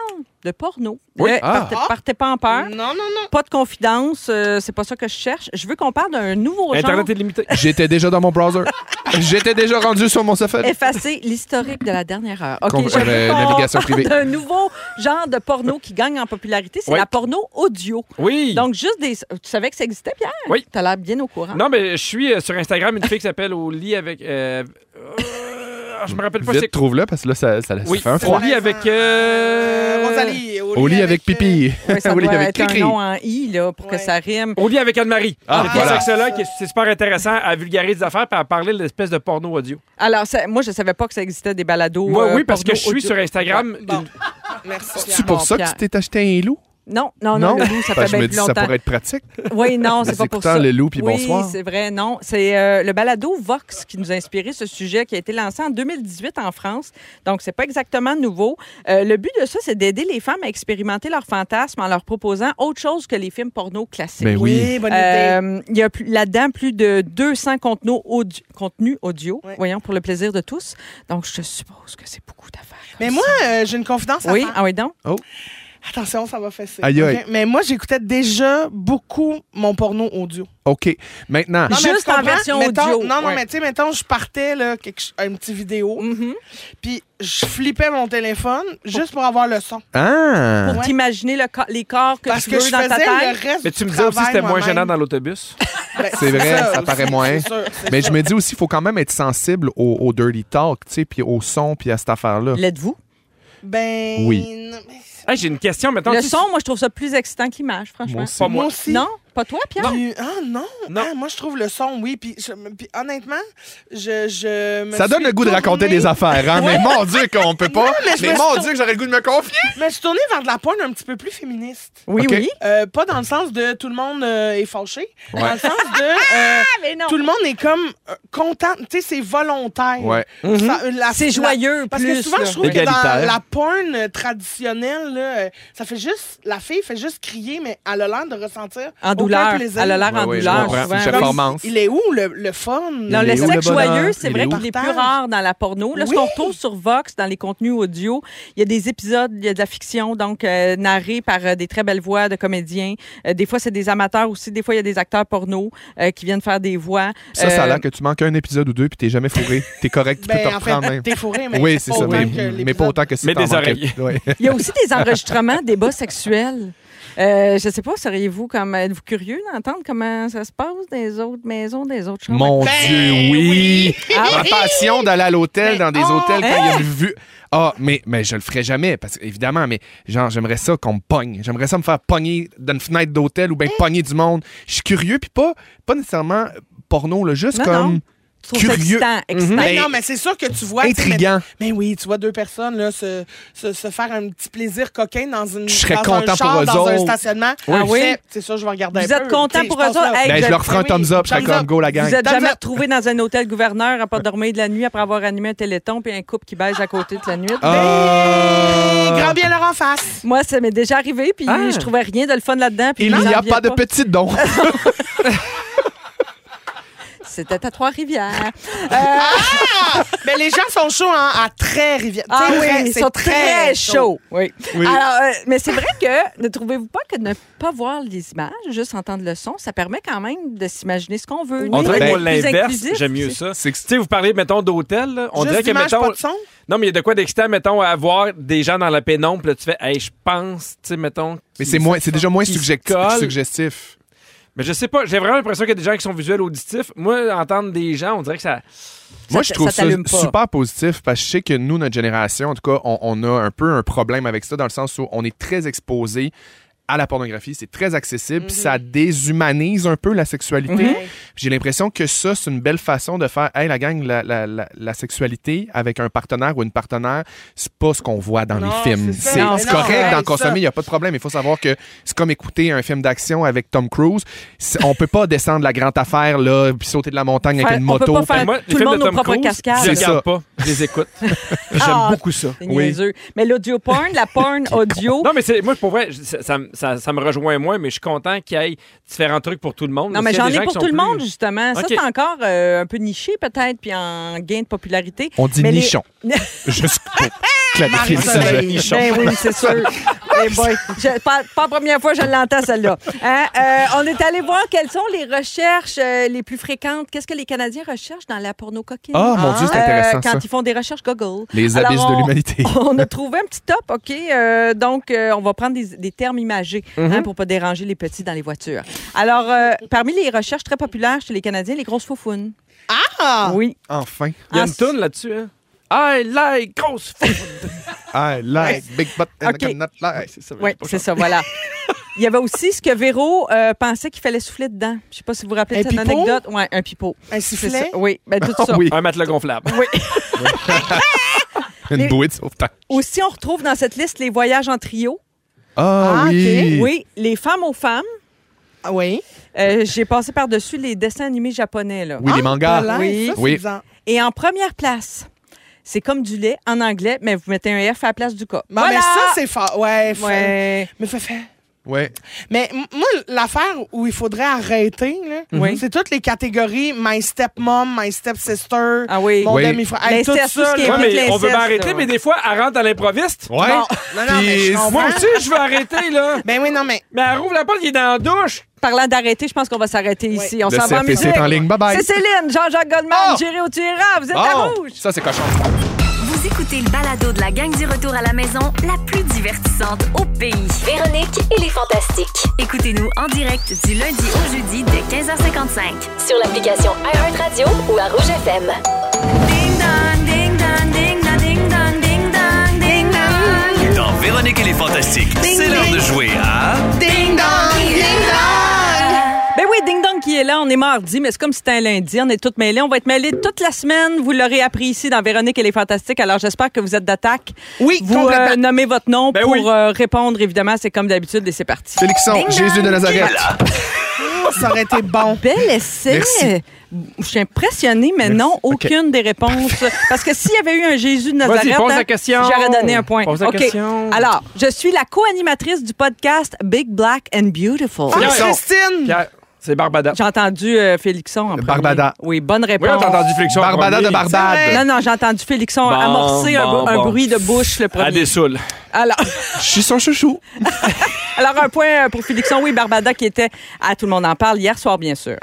de porno. Oui. Le- Ah. partez, partez pas en peur. Non, non, non. Pas de confidence. euh, c'est pas ça que je cherche. Je veux qu'on parle d'un nouveau genre. Internet est limité. J'étais déjà dans mon browser. J'étais déjà rendu sur mon sofa. Effacer l'historique de la dernière heure. OK, Con- je veux euh, qu'on navigation parle privée. d'un nouveau genre de porno qui gagne en popularité, c'est Oui. la porno audio. Oui. Donc, juste des. Tu savais que ça existait, Pierre? Oui. T'as l'air bien au courant. Non, mais je suis euh, sur Instagram une fille qui s'appelle Au lit avec. euh, euh, je me rappelle pas Vite, c'est trouve-le, parce que là, ça, ça, ça Oui, fait un Au froid. lit avec. euh, Rosalie, Au lit avec euh, pipi. euh, Ouais, ça Au lit doit avec être un cri-cri. nom en i là, pour que Ouais. ça rime. Au lit avec Anne-Marie. Ah, Puis voilà. le sexologue, qui est- c'est super intéressant à vulgariser des affaires puis à parler de l'espèce de porno audio. Alors, ça- moi, je savais pas que ça existait des balados. Moi, euh, oui, parce que porno je suis audio. sur Instagram. Bon. une- Merci. C'est Bon, pour ça que Pierre. tu t'es acheté un loup? Non, Oh, non, non, le loup, ça Parce fait que Ben, je bien me plus dis, ça longtemps. pourrait être pratique. Oui, non, Les c'est pas pour écouteurs, ça. le loup, puis oui, bonsoir. c'est vrai, non. C'est euh, le balado Vox qui nous a inspiré ce sujet qui a été lancé en 2018 en France. Donc, c'est pas exactement nouveau. Euh, le but de ça, c'est d'aider les femmes à expérimenter leurs fantasmes en leur proposant autre chose que les films porno classiques. Ben oui. Oui, bonne idée. Euh, il y a plus- là-dedans plus de 200 contenus audio, contenus audio Ouais. voyons, pour le plaisir de tous. Donc, je suppose que c'est beaucoup d'affaires. comme Mais ça. moi, euh, j'ai une confidence à Oui, faire. ah oui, donc. Attention, ça va fesser. Aïe, aïe. OK? Mais moi, j'écoutais déjà beaucoup mon porno audio. OK. Maintenant, Non, mais Juste tu comprends? en version Mettons- audio. Non, non, Ouais. mais tu sais, mettons, je partais, là, quelque ch- un petit vidéo, Mhm. puis je flippais mon téléphone juste pour avoir le son. ah! Pour Ouais. t'imaginer le cor- les corps que Parce tu que veux je dans faisais ta tête. le reste Mais tu du me disais aussi que travail c'était moins moi-même. gênant dans l'autobus. Ben, C'est vrai, ça aussi, paraît moins. c'est sûr, c'est Mais sûr. je me dis aussi, il faut quand même être sensible au, au dirty talk, tu sais, puis au son, puis à cette affaire-là. L'êtes-vous? Ben. Oui. non, mais- Hey, J'ai une question maintenant. Le Tu- son, moi, je trouve ça plus excitant que l'image, franchement. Moi aussi. Pas Moi moi. aussi. Non? Pas toi, Pierre? Du- Ah non, Non. Ah, moi je trouve le son, oui. Puis, je- puis honnêtement, je, je me Ça donne suis le goût de raconter tournée- des affaires, hein? Mais mon Dieu, qu'on peut pas. Non, mais je mais me suis mon tour- Dieu, que j'aurais le goût de me confier. Mais je suis tournée vers de la pointe un petit peu plus féministe. Oui, OK. oui. Euh, pas dans le sens de tout le monde euh, est fauché, Ouais. dans le sens de euh, mais Ah, non. tout le monde est comme euh, content, tu sais, c'est volontaire. Ouais. Ça, euh, la- Mhm. C'est la- joyeux, Parce plus, que souvent, là. je trouve que Égalitaire. dans la porn euh, traditionnelle, là, euh, ça fait juste. La fille fait juste crier, mais elle a l'air de ressentir. En aucun douleur. plaisir. Elle a l'air en Ouais, ouais, je douleur, comprends. souvent. Je oui. comprends. performance. Il est où le, le fun? Non, Il le est où, sexe le bonheur? joyeux, c'est Il vrai est où? qu'il est plus Partage. rare dans la porno. Là, ce Oui. qu'on retrouve sur Vox, dans les contenus audio, il y a des épisodes, il y a de la fiction, donc euh, narrée par euh, des très belles voix de comédiens. Euh, des fois, c'est des amateurs aussi. Des fois, il y a des acteurs porno euh, qui viennent faire des voix. Ça, ça a Euh, l'air que tu manques un épisode ou deux, puis t'es jamais fourré. T'es correct, tu peux te Ben, en fait, reprendre. hein. t'es fourré, mais oui, pas c'est ça, autant mais, que mais l'épisode. pas autant que si Mais t'en des manquais. oreilles. Ouais. Il y a aussi des enregistrements, des bas sexuels. Euh, je sais pas, seriez-vous comme êtes-vous curieux d'entendre comment ça se passe des autres maisons, des autres chambres? Mon Dieu, oui! Ah Ma passion d'aller à l'hôtel, dans des hôtels, quand il y a une vue. Ah, mais, mais je le ferai jamais, parce que, évidemment, mais genre, j'aimerais ça qu'on me pogne. J'aimerais ça me faire pogner d'une fenêtre d'hôtel ou bien pogner du monde. Je suis curieux, puis pas, pas nécessairement porno, là, juste Non, comme. non. Je trouve ça Curieux. excitant, excitant. Mhm. Mais Mais- Ben, non, mais c'est sûr que tu vois. tu sais, Intriguant. Mais, mais oui, tu vois deux personnes là, se, se, se faire un petit plaisir coquin dans une Je serais dans content un char, pour eux dans un autres. stationnement. Oui. Ah oui? C'est- C'est ça, je vais regarder Vous un êtes peu. contents Tu sais, pour je eux pense autres? là- Hey, Ben, je je- leur ferai un ben oui, thumbs up. Je serais thumbs comme up. go, la gang. Vous êtes Thumbs jamais up. retrouvé dans un hôtel gouverneur à pas dormir de la nuit après avoir animé un téléthon puis un couple qui baise à côté de la nuit. Ben, Ah. Ben, Euh, Grand bien leur en face. Moi, ça m'est déjà arrivé, puis Ah. je trouvais rien de le fun là-dedans. puis Il j'en n'y a reviens pas de petits dons. C'était à Trois-Rivières. Mais Euh, ben, les gens sont chauds hein, à très rivière. Tu sais, Ah oui, vrai, ils c'est sont très, chauds. Oui. Oui. Alors, euh, mais c'est vrai que ne trouvez-vous pas que ne pas voir les images, juste entendre le son, ça permet quand même de s'imaginer ce qu'on veut. On dirait que Ben, moi, Plus l'inverse, inclusif, j'aime mieux c'est- ça. Tu sais, vous parlez, mettons, d'hôtel. là. On Juste dirait que, d'image, mettons. pas de son? Non, mais il y a de quoi d'excitant, mettons, à voir des gens dans la pénombre. puis Là, tu fais, hey, je pense, tu sais, mettons. Mais qu'ils- c'est moins, c'est déjà moins Qui se subjectif. colle. suggestif. Mais je sais pas, j'ai vraiment l'impression qu'il y a des gens qui sont visuels auditifs. Moi, entendre des gens, on dirait que ça. Moi, t- je trouve ça ça, t'allume pas. super positif parce que je sais que nous, notre génération, en tout cas, on, on a un peu un problème avec ça dans le sens où on est très exposé à la pornographie, c'est très accessible, puis ça déshumanise un peu la sexualité. J'ai l'impression que ça, c'est une belle façon de faire, hey, la gang, la, la- la- la sexualité avec un partenaire ou une partenaire, c'est pas ce qu'on voit dans Non, les films. c'est ça. C'est Non, c'est non, correct ouais, d'en ça. consommer, il n'y a pas de problème. Il faut savoir que c'est comme écouter un film d'action avec Tom Cruise. C'est- On peut pas descendre la grande affaire, là, puis sauter de la montagne avec Faire- une on peut moto. pas faire- Ben, Moi, Tout les le films monde de nos Tom propres Cruise, cascades. Je les C'est regarde ça. pas, je les écoute. J'aime Ah. beaucoup ça. C'est Oui. niaiseux. Mais l'audio porn, la porn audio. Non, mais c'est moi, pour vrai, je- ça, ça me- ça- ça me rejoint moins, mais je suis content qu'il y ait différents trucs pour tout le monde. Non, mais S'il y a j'en des ai gens qui pour sont tout le plus- monde, justement. Ça, Ok. c'est encore euh, un peu niché, peut-être, puis en gain de popularité. On dit Mais les- nichon. Juste pour clarifier le Marie-Soleil. sujet. Nichon. Ben oui, c'est sûr. Eh boy, je- pas, pas la première fois que je l'entends, celle-là. Hein, euh, on est allé voir quelles sont les recherches euh, les plus fréquentes. Qu'est-ce que les Canadiens recherchent dans la porno coquine? Ah, mon Dieu, c'est Euh, intéressant, quand ça. ils font des recherches Google. Les Alors, abysses de on- l'humanité. On a trouvé un petit top, OK? Euh, donc, euh, on va prendre des, des termes imagés Mm-hmm. hein, pour pas déranger les petits dans les voitures. Alors, euh, parmi les recherches très populaires chez les Canadiens, les grosses faufounes. Ah! Oui. Enfin. Il y a une Ensuite- toune là-dessus, hein? I like grosse I like big butt and Ok. I cannot lie. C'est ça, mais Oui, j'ai pas c'est ça, voilà. Il y avait aussi ce que Véro euh, pensait qu'il fallait souffler dedans. Je sais pas si vous vous rappelez de Un cette pipeau? anecdote. Oui, un pipeau. Un C'est sifflet? ça, Oui, ben, tout ça. Ah Oui, Un matelas gonflable. Oui. une Les- bouée de sauvetage. Aussi, on retrouve dans cette liste les voyages en trio. Ah Ah, oui. Oui, les femmes aux femmes. Ah Oui. Euh, J'ai passé par-dessus les dessins animés japonais. Là. Oui, les mangas. Voilà, Oui. ça, c'est Ah, Oui. bizarre. Et en première place, c'est comme du lait en anglais, mais vous mettez un F à la place du K. Bon, Voilà! mais ça, c'est fort. Ouais, fa- Ouais. Mais fait, fait. Ouais. Mais m- moi, l'affaire où il faudrait arrêter, là, Mhm. Oui. c'est toutes les catégories My Stepmom, My Stepsister, Ah oui. mon Oui. demi-frère. Hey, tout L'inceste, tout ça, ce qui est là. Ouais, mais Écoute on veut l'inceste, bien arrêter, là. mais des fois, elle rentre à l'improviste. Ouais. Non, non, mais je Puis- comprends. Hein? Moi aussi, je veux arrêter, là. Ben oui, non, mais Mais elle rouvre la porte, il est dans la douche. Parlant d'arrêter, je pense qu'on va s'arrêter ici. On Le s'en va en CFC est en musique. ligne. Bye Ah! bye. C'est Céline, Jean-Jacques Goldman, Oh! Jerry Otira, vous êtes à Bon, rouge. Ça, c'est cochon. Vous écoutez le balado de la gang du retour à la maison, la plus divertissante au pays. Véronique et les Fantastiques. Écoutez-nous en direct du lundi au jeudi dès 15h55. Sur l'application iHeartRadio ou à Rouge FM. Ding dong, ding dong, ding dong, ding dong, ding dong, ding dong. Dans Véronique et les Fantastiques, c'est l'heure de jouer à... Ben oui, Ding Dong qui est là, on est mardi, mais c'est comme si c'était un lundi, on est toutes mêlées. On va être mêlées toute la semaine. Vous l'aurez appris ici dans Véronique et les Fantastiques, alors j'espère que vous êtes d'attaque. Oui, Vous complètement. euh, nommez votre nom Ben pour oui. euh, répondre, évidemment, c'est comme d'habitude et c'est parti. Félixon, Jésus de Nazareth. ça aurait été bon. Bel essai. Merci. Je suis impressionnée, mais Merci. non, OK. aucune des réponses. Parce que s'il y avait eu un Jésus de Nazareth, Vas-y, pose hein, la question. j'aurais donné un point. Pose la OK. question. Alors, je suis la co-animatrice du podcast Big Black and Beautiful. Ah, Félixon. Christine! Pierre, c'est Barbada. J'ai entendu euh, Félixon en premier. Barbada. Oui, bonne Oui, réponse. on t'a entendu Félixon. en Barbada premier. de Barbade. Non, non, j'ai entendu Félixon Bon, amorcer un, bon, bou- un bon. bruit de bouche le Elle premier. dessoule. Alors, Je suis son chouchou. alors, un point euh, pour Félixon. Oui, Barbada qui était à Tout le monde en parle hier soir, bien sûr.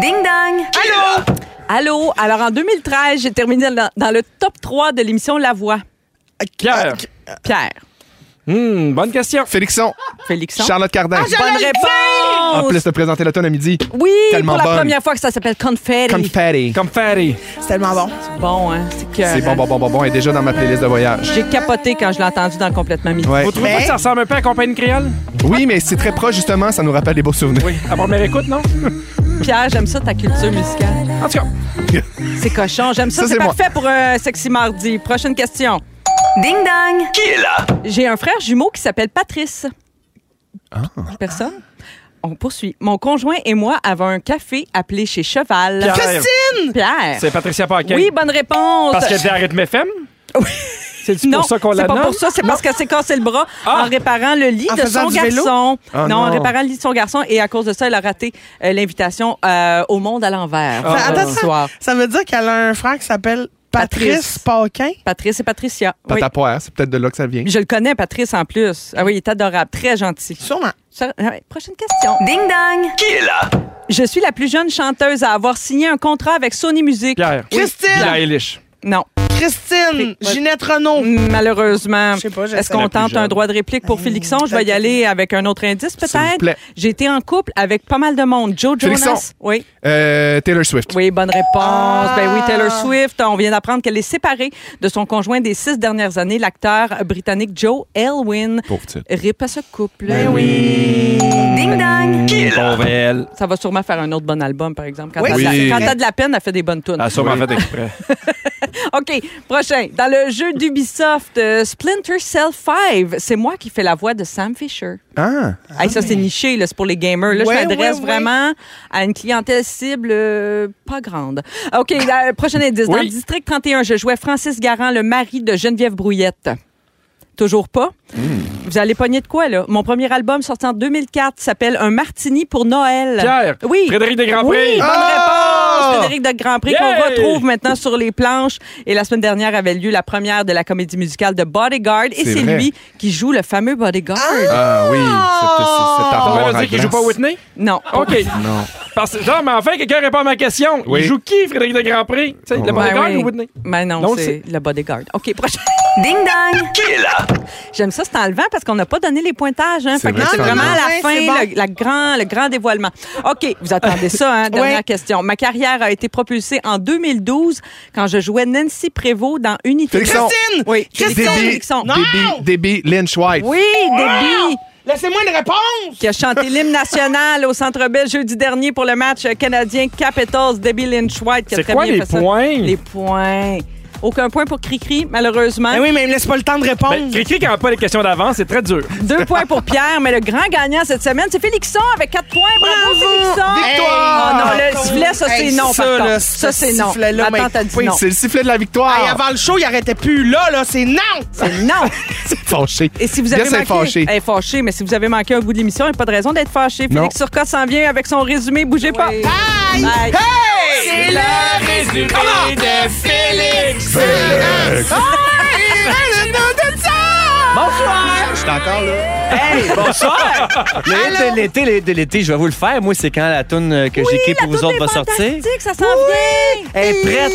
Ding dong. Allô? Alors, en 2013, j'ai terminé dans, dans le top 3 de l'émission La Voix. Ah, Pierre. Pierre. Hum, bonne question. Félixon, Félixon. Charlotte Cardin. Ah, Bonne En réponse! plus de présenter l'automne à midi. Oui, Tellement pour la bonne. première fois que ça s'appelle Confetti. Confetti. Comme Ferry. C'est tellement bon. C'est bon, hein? C'est que. C'est bon, bon, bon, bon, bon. Et déjà dans ma playlist de voyage. J'ai capoté quand je l'ai entendu dans le Complètement Midi. Ouais. Vous trouvez Mais- pas que ça ressemble un peu à Compagnie Créole? Oui, mais c'est très proche, justement. Ça nous rappelle des beaux souvenirs. Oui. À première écoute, non? Pierre, j'aime ça ta culture musicale. En tout cas. C'est cochon, j'aime ça. Ça, c'est c'est moi. parfait pour euh, Sexy Mardi. Prochaine question. Ding dong! Qui est là? J'ai un frère jumeau qui s'appelle Patrice. Ah. Personne? On poursuit. Mon conjoint et moi avons un café appelé chez Cheval. Pierre. Christine! Pierre. C'est Patricia Paquin. Oui, bonne réponse. Parce qu'elle était à rythme FM? C'est non, pour ça qu'on c'est la pas nomme? pour ça, c'est parce qu'elle s'est cassée le bras Ah! en réparant le lit En de faisant son du vélo? garçon. Ah, non, en non. réparant le lit de son garçon et à cause de ça, elle a raté euh, l'invitation euh, au monde à l'envers. Ah, vendredi attends, ça- soir. Ça veut dire qu'elle a un frère qui s'appelle Patrice. Patrice Paquin. Patrice et Patricia. Oui. Tatapoire, c'est peut-être de là que ça vient. Je le connais, Patrice, en plus. Ah oui, il est adorable, très gentil. Sûrement. Ça- ah ouais, Prochaine question. Ding dong! Qui est là? Je suis la plus jeune chanteuse à avoir signé un contrat avec Sony Music. Pierre. Christine! Pierre Elish. Non, Christine! C'est- Ginette Renault. malheureusement. Je sais pas, Est-ce j'essaie. qu'on La plus tente un jeune. droit de réplique pour Ben, Félixon? Je vais y peut-être. aller avec un autre indice, S'il vous peut-être. plaît. J'ai été en couple avec pas mal de monde. Joe Félixon. Jonas. Oui, Euh, Taylor Swift. oui, bonne réponse. Ah. Ben oui, Taylor Swift. On vient d'apprendre qu'elle est séparée de son conjoint des six dernières années, l'acteur britannique Joe Elwyn. Pauvre titre. Rip à ce couple. Ben Ding dong! Qui est là? elle. Ça va sûrement faire un autre bon album, par exemple. Quand Oui, t'as de la- oui. quand t'as de la peine, elle fait des bonnes Ah, tunes. Elle a sûrement fait exprès. OK, prochain. Dans le jeu d'Ubisoft, euh, Splinter Cell 5, c'est moi qui fais la voix de Sam Fisher. Ah! Hey, ça, c'est niché, là, c'est pour les gamers. Là, Ouais, je m'adresse ouais, ouais. vraiment à une clientèle cible euh, pas grande. OK, la prochaine indice. Dans Oui. le district 31, je jouais Francis Garand, le mari de Geneviève Brouillette. Toujours pas. Vous allez pogner de quoi, là? Mon premier album sorti en 2004 s'appelle Un martini pour Noël. Pierre. Oui. Frédéric des Grands Oui, Prix. bonne Ah! réponse. Frédéric de Grand Prix Yeah! qu'on retrouve maintenant sur les planches. Et la semaine dernière avait lieu la première de la comédie musicale de Bodyguard. Et C'est c'est vrai. lui qui joue le fameux Bodyguard. Ah oui, cette, cette- cette Ah, On armoire va à dire qu'il glace. joue pas Whitney? Non. OK. Non. Parce que, genre, mais enfin, quelqu'un répond à ma question. Oui. Il joue qui, Frédéric de Grand Prix? Tu sais, le Ouais, bodyguard Ben oui. ou Whitney? Mais non, Non, c'est le Bodyguard. OK, prochain. Ding dong! Qui est là? J'aime ça, c'est enlevant parce qu'on n'a pas donné les pointages. Hein. C'est Fait que vrai, c'est c'est vraiment à la enlevant. fin, Ouais, c'est le, la grand, le grand dévoilement. OK, vous attendez ça, hein? Dernière Ouais. question. Ma carrière a été propulsée en 2012 quand je jouais Nancy Prévost dans Unité. Félixon. Christine! Oui, Félixon, Déby- Félixon. Non! Déby, Déby Lynch White. Oui, Debbie! Laissez-moi une réponse! qui a chanté l'hymne national au Centre Bell jeudi dernier pour le match canadien Capitals Debbie Lynch White qui a C'est très quoi bien les fait ça. points? Ben, Les points. Aucun point pour Cricri, malheureusement. Eh Ben oui, mais il me laisse pas le temps de répondre. Ben, Cricri, quand on a pas les questions d'avant, c'est très dur. Deux points pour Pierre, mais le grand gagnant cette semaine, c'est Félixon avec quatre points. Bravo, Félixon! Victoire! Oh non, le sifflet, ça, c'est Hey, non, ça, par contre. là, Ça, ce c'est non. sifflet-là, Attends, mais- t'as dit oui, non. C'est le sifflet de la victoire. Ah. Hey, avant le show, il arrêtait plus. Là, là, c'est non! C'est non! C'est fâché. Et si vous avez Yes, elle est manqué... fâchée. Elle est fâchée, mais si vous avez manqué un bout de l'émission, il n'y a pas de raison d'être fâché. Non. Félix Turcot s'en vient avec son résumé. Bougez pas! Bye! Bye. Hey! Le résumé Ah! de Félix. Bonsoir! Je suis encore là. Hey, bonsoir! Le hit de l'été, le hit de l'été, je vais vous le faire. Moi, c'est quand la toune euh, que j'ai écrite pour vous autres va sortir. Fantastique, ça s'en vient! Elle est prête.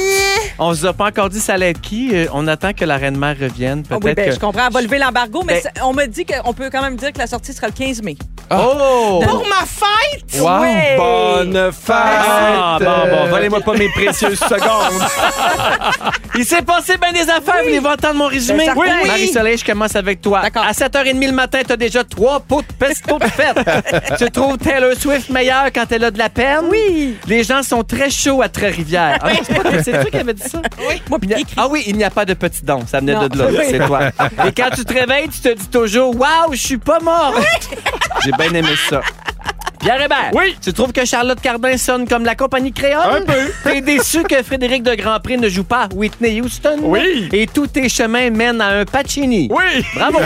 On vous a pas encore dit ça allait être qui. Euh, On attend que la reine-mère revienne. Ah Peut-être oui, ben, que... je comprends. Elle va lever l'embargo, mais Ben- c'est- on me dit qu'on peut quand même dire que la sortie sera le 15 mai. Oh! Pour ma fête! Wow! Ouais. Bonne fête. Ah, bon, bon, volez-moi pas mes précieuses secondes. Il s'est passé bien des affaires. Voulez-vous entendre mon résumé? Ben, certain. Oui. Marie-Soleil, je commence avec toi. D'accord. À 7h30 le matin, t'as déjà trois pots de pesto de fête. tu trouves Taylor Swift meilleure quand elle a de la peine? Oui. Les gens sont très chauds à Trois-Rivières. Ah non, c'est pas- c'est toi qui avais dit ça? Oui. Moi, puis Ah oui, il n'y a pas de petit don. Ça venait Non. de là. Oui. C'est toi. Et quand tu te réveilles, tu te dis toujours Waouh, je suis pas mort. J'ai bien aimé ça. Pierre Hébert, Oui. tu trouves que Charlotte Cardin sonne comme la compagnie Un créole? peu. T'es déçu que Frédéric de Grandpré ne joue pas à Whitney Houston? Oui. Et tous tes chemins mènent à un Pacini? Oui. Bravo!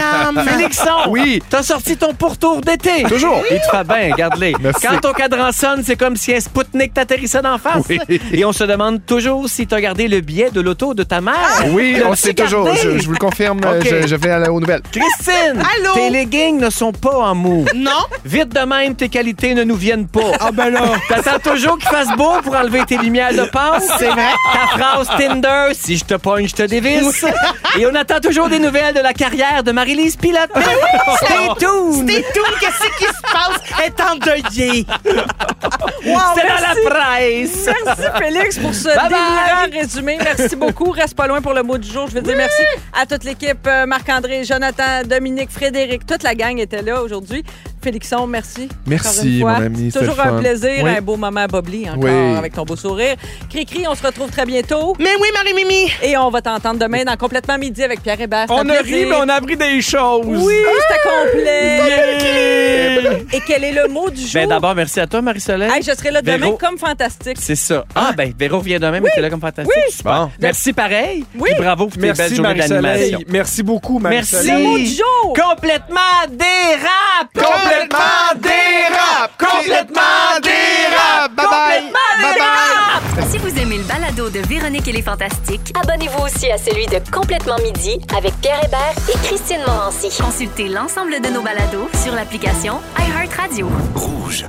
Félixon! Oui. T'as sorti ton pourtour d'été! Toujours! Il te fait bien, regarde-les. Merci. Quand ton cadran sonne, c'est comme si un Spoutnik t'atterrissait d'en face. Oui. Et on se demande toujours si t'as gardé le billet de l'auto de ta mère. Ah Oui, Le on petit sait toujours. gardien. Je, je vous le confirme. Ok. Je, je vais à la aux nouvelles. Christine! Allô? Tes leggings ne sont pas en mou. Non? Vite de même, tes qualités ne nous viennent pas. Ah ben là! T'attends toujours qu'il fasse beau pour enlever tes lumières de passe. C'est vrai. Ta phrase Tinder, si je te pogne, je te dévisse. Et on attend toujours des nouvelles de la carrière de Marie-Lise Pilote. Stay tuned. T'es tout, qu'est-ce qui se passe? Elle est endeuillée. C'est dans la presse. Merci, Félix, pour ce Bye délirant résumé. Merci beaucoup. Reste pas loin pour le mot du jour. Je veux dire merci à toute l'équipe. euh, Marc-André, Jonathan, Dominique, Frédéric, toute la gang était là aujourd'hui. Félixon, merci. Merci, Encore une fois. mon ami, C'est c'était toujours le un fun. plaisir, Oui. un beau moment à Bobli, encore Oui. avec ton beau sourire. Cri-cri, on se retrouve très bientôt. Mais oui, Marie-Mimi. Et on va t'entendre demain dans Complètement Midi avec Pierre Hébert. C'était On un a plaisir. ri, mais on a appris des choses. Oui, c'était complet. Yeah! Et quel est le mot du jour? Ben d'abord, merci à toi, Marie-Soleil. Hey, je serai là demain Véro. comme fantastique. C'est ça. Ah, ben, Véro revient demain, mais t'es là comme fantastique. Oui. Super. Bon. Merci pareil. Oui. Puis bravo pour tes belles Merci, journées Marie-Soleil. d'animation. Merci beaucoup, Merci. Marie-Soleil. Le mot du jour! Complètement dérape! Complètement dérape! Complètement dérape! Bye bye! Bye bye! Si vous aimez le balado de Véronique et les Fantastiques, Abonnez-vous aussi à celui de Complètement Midi avec Pierre Hébert et Christine Morancy. consultez l'ensemble de nos balados sur l'application iHeartRadio. Rouge.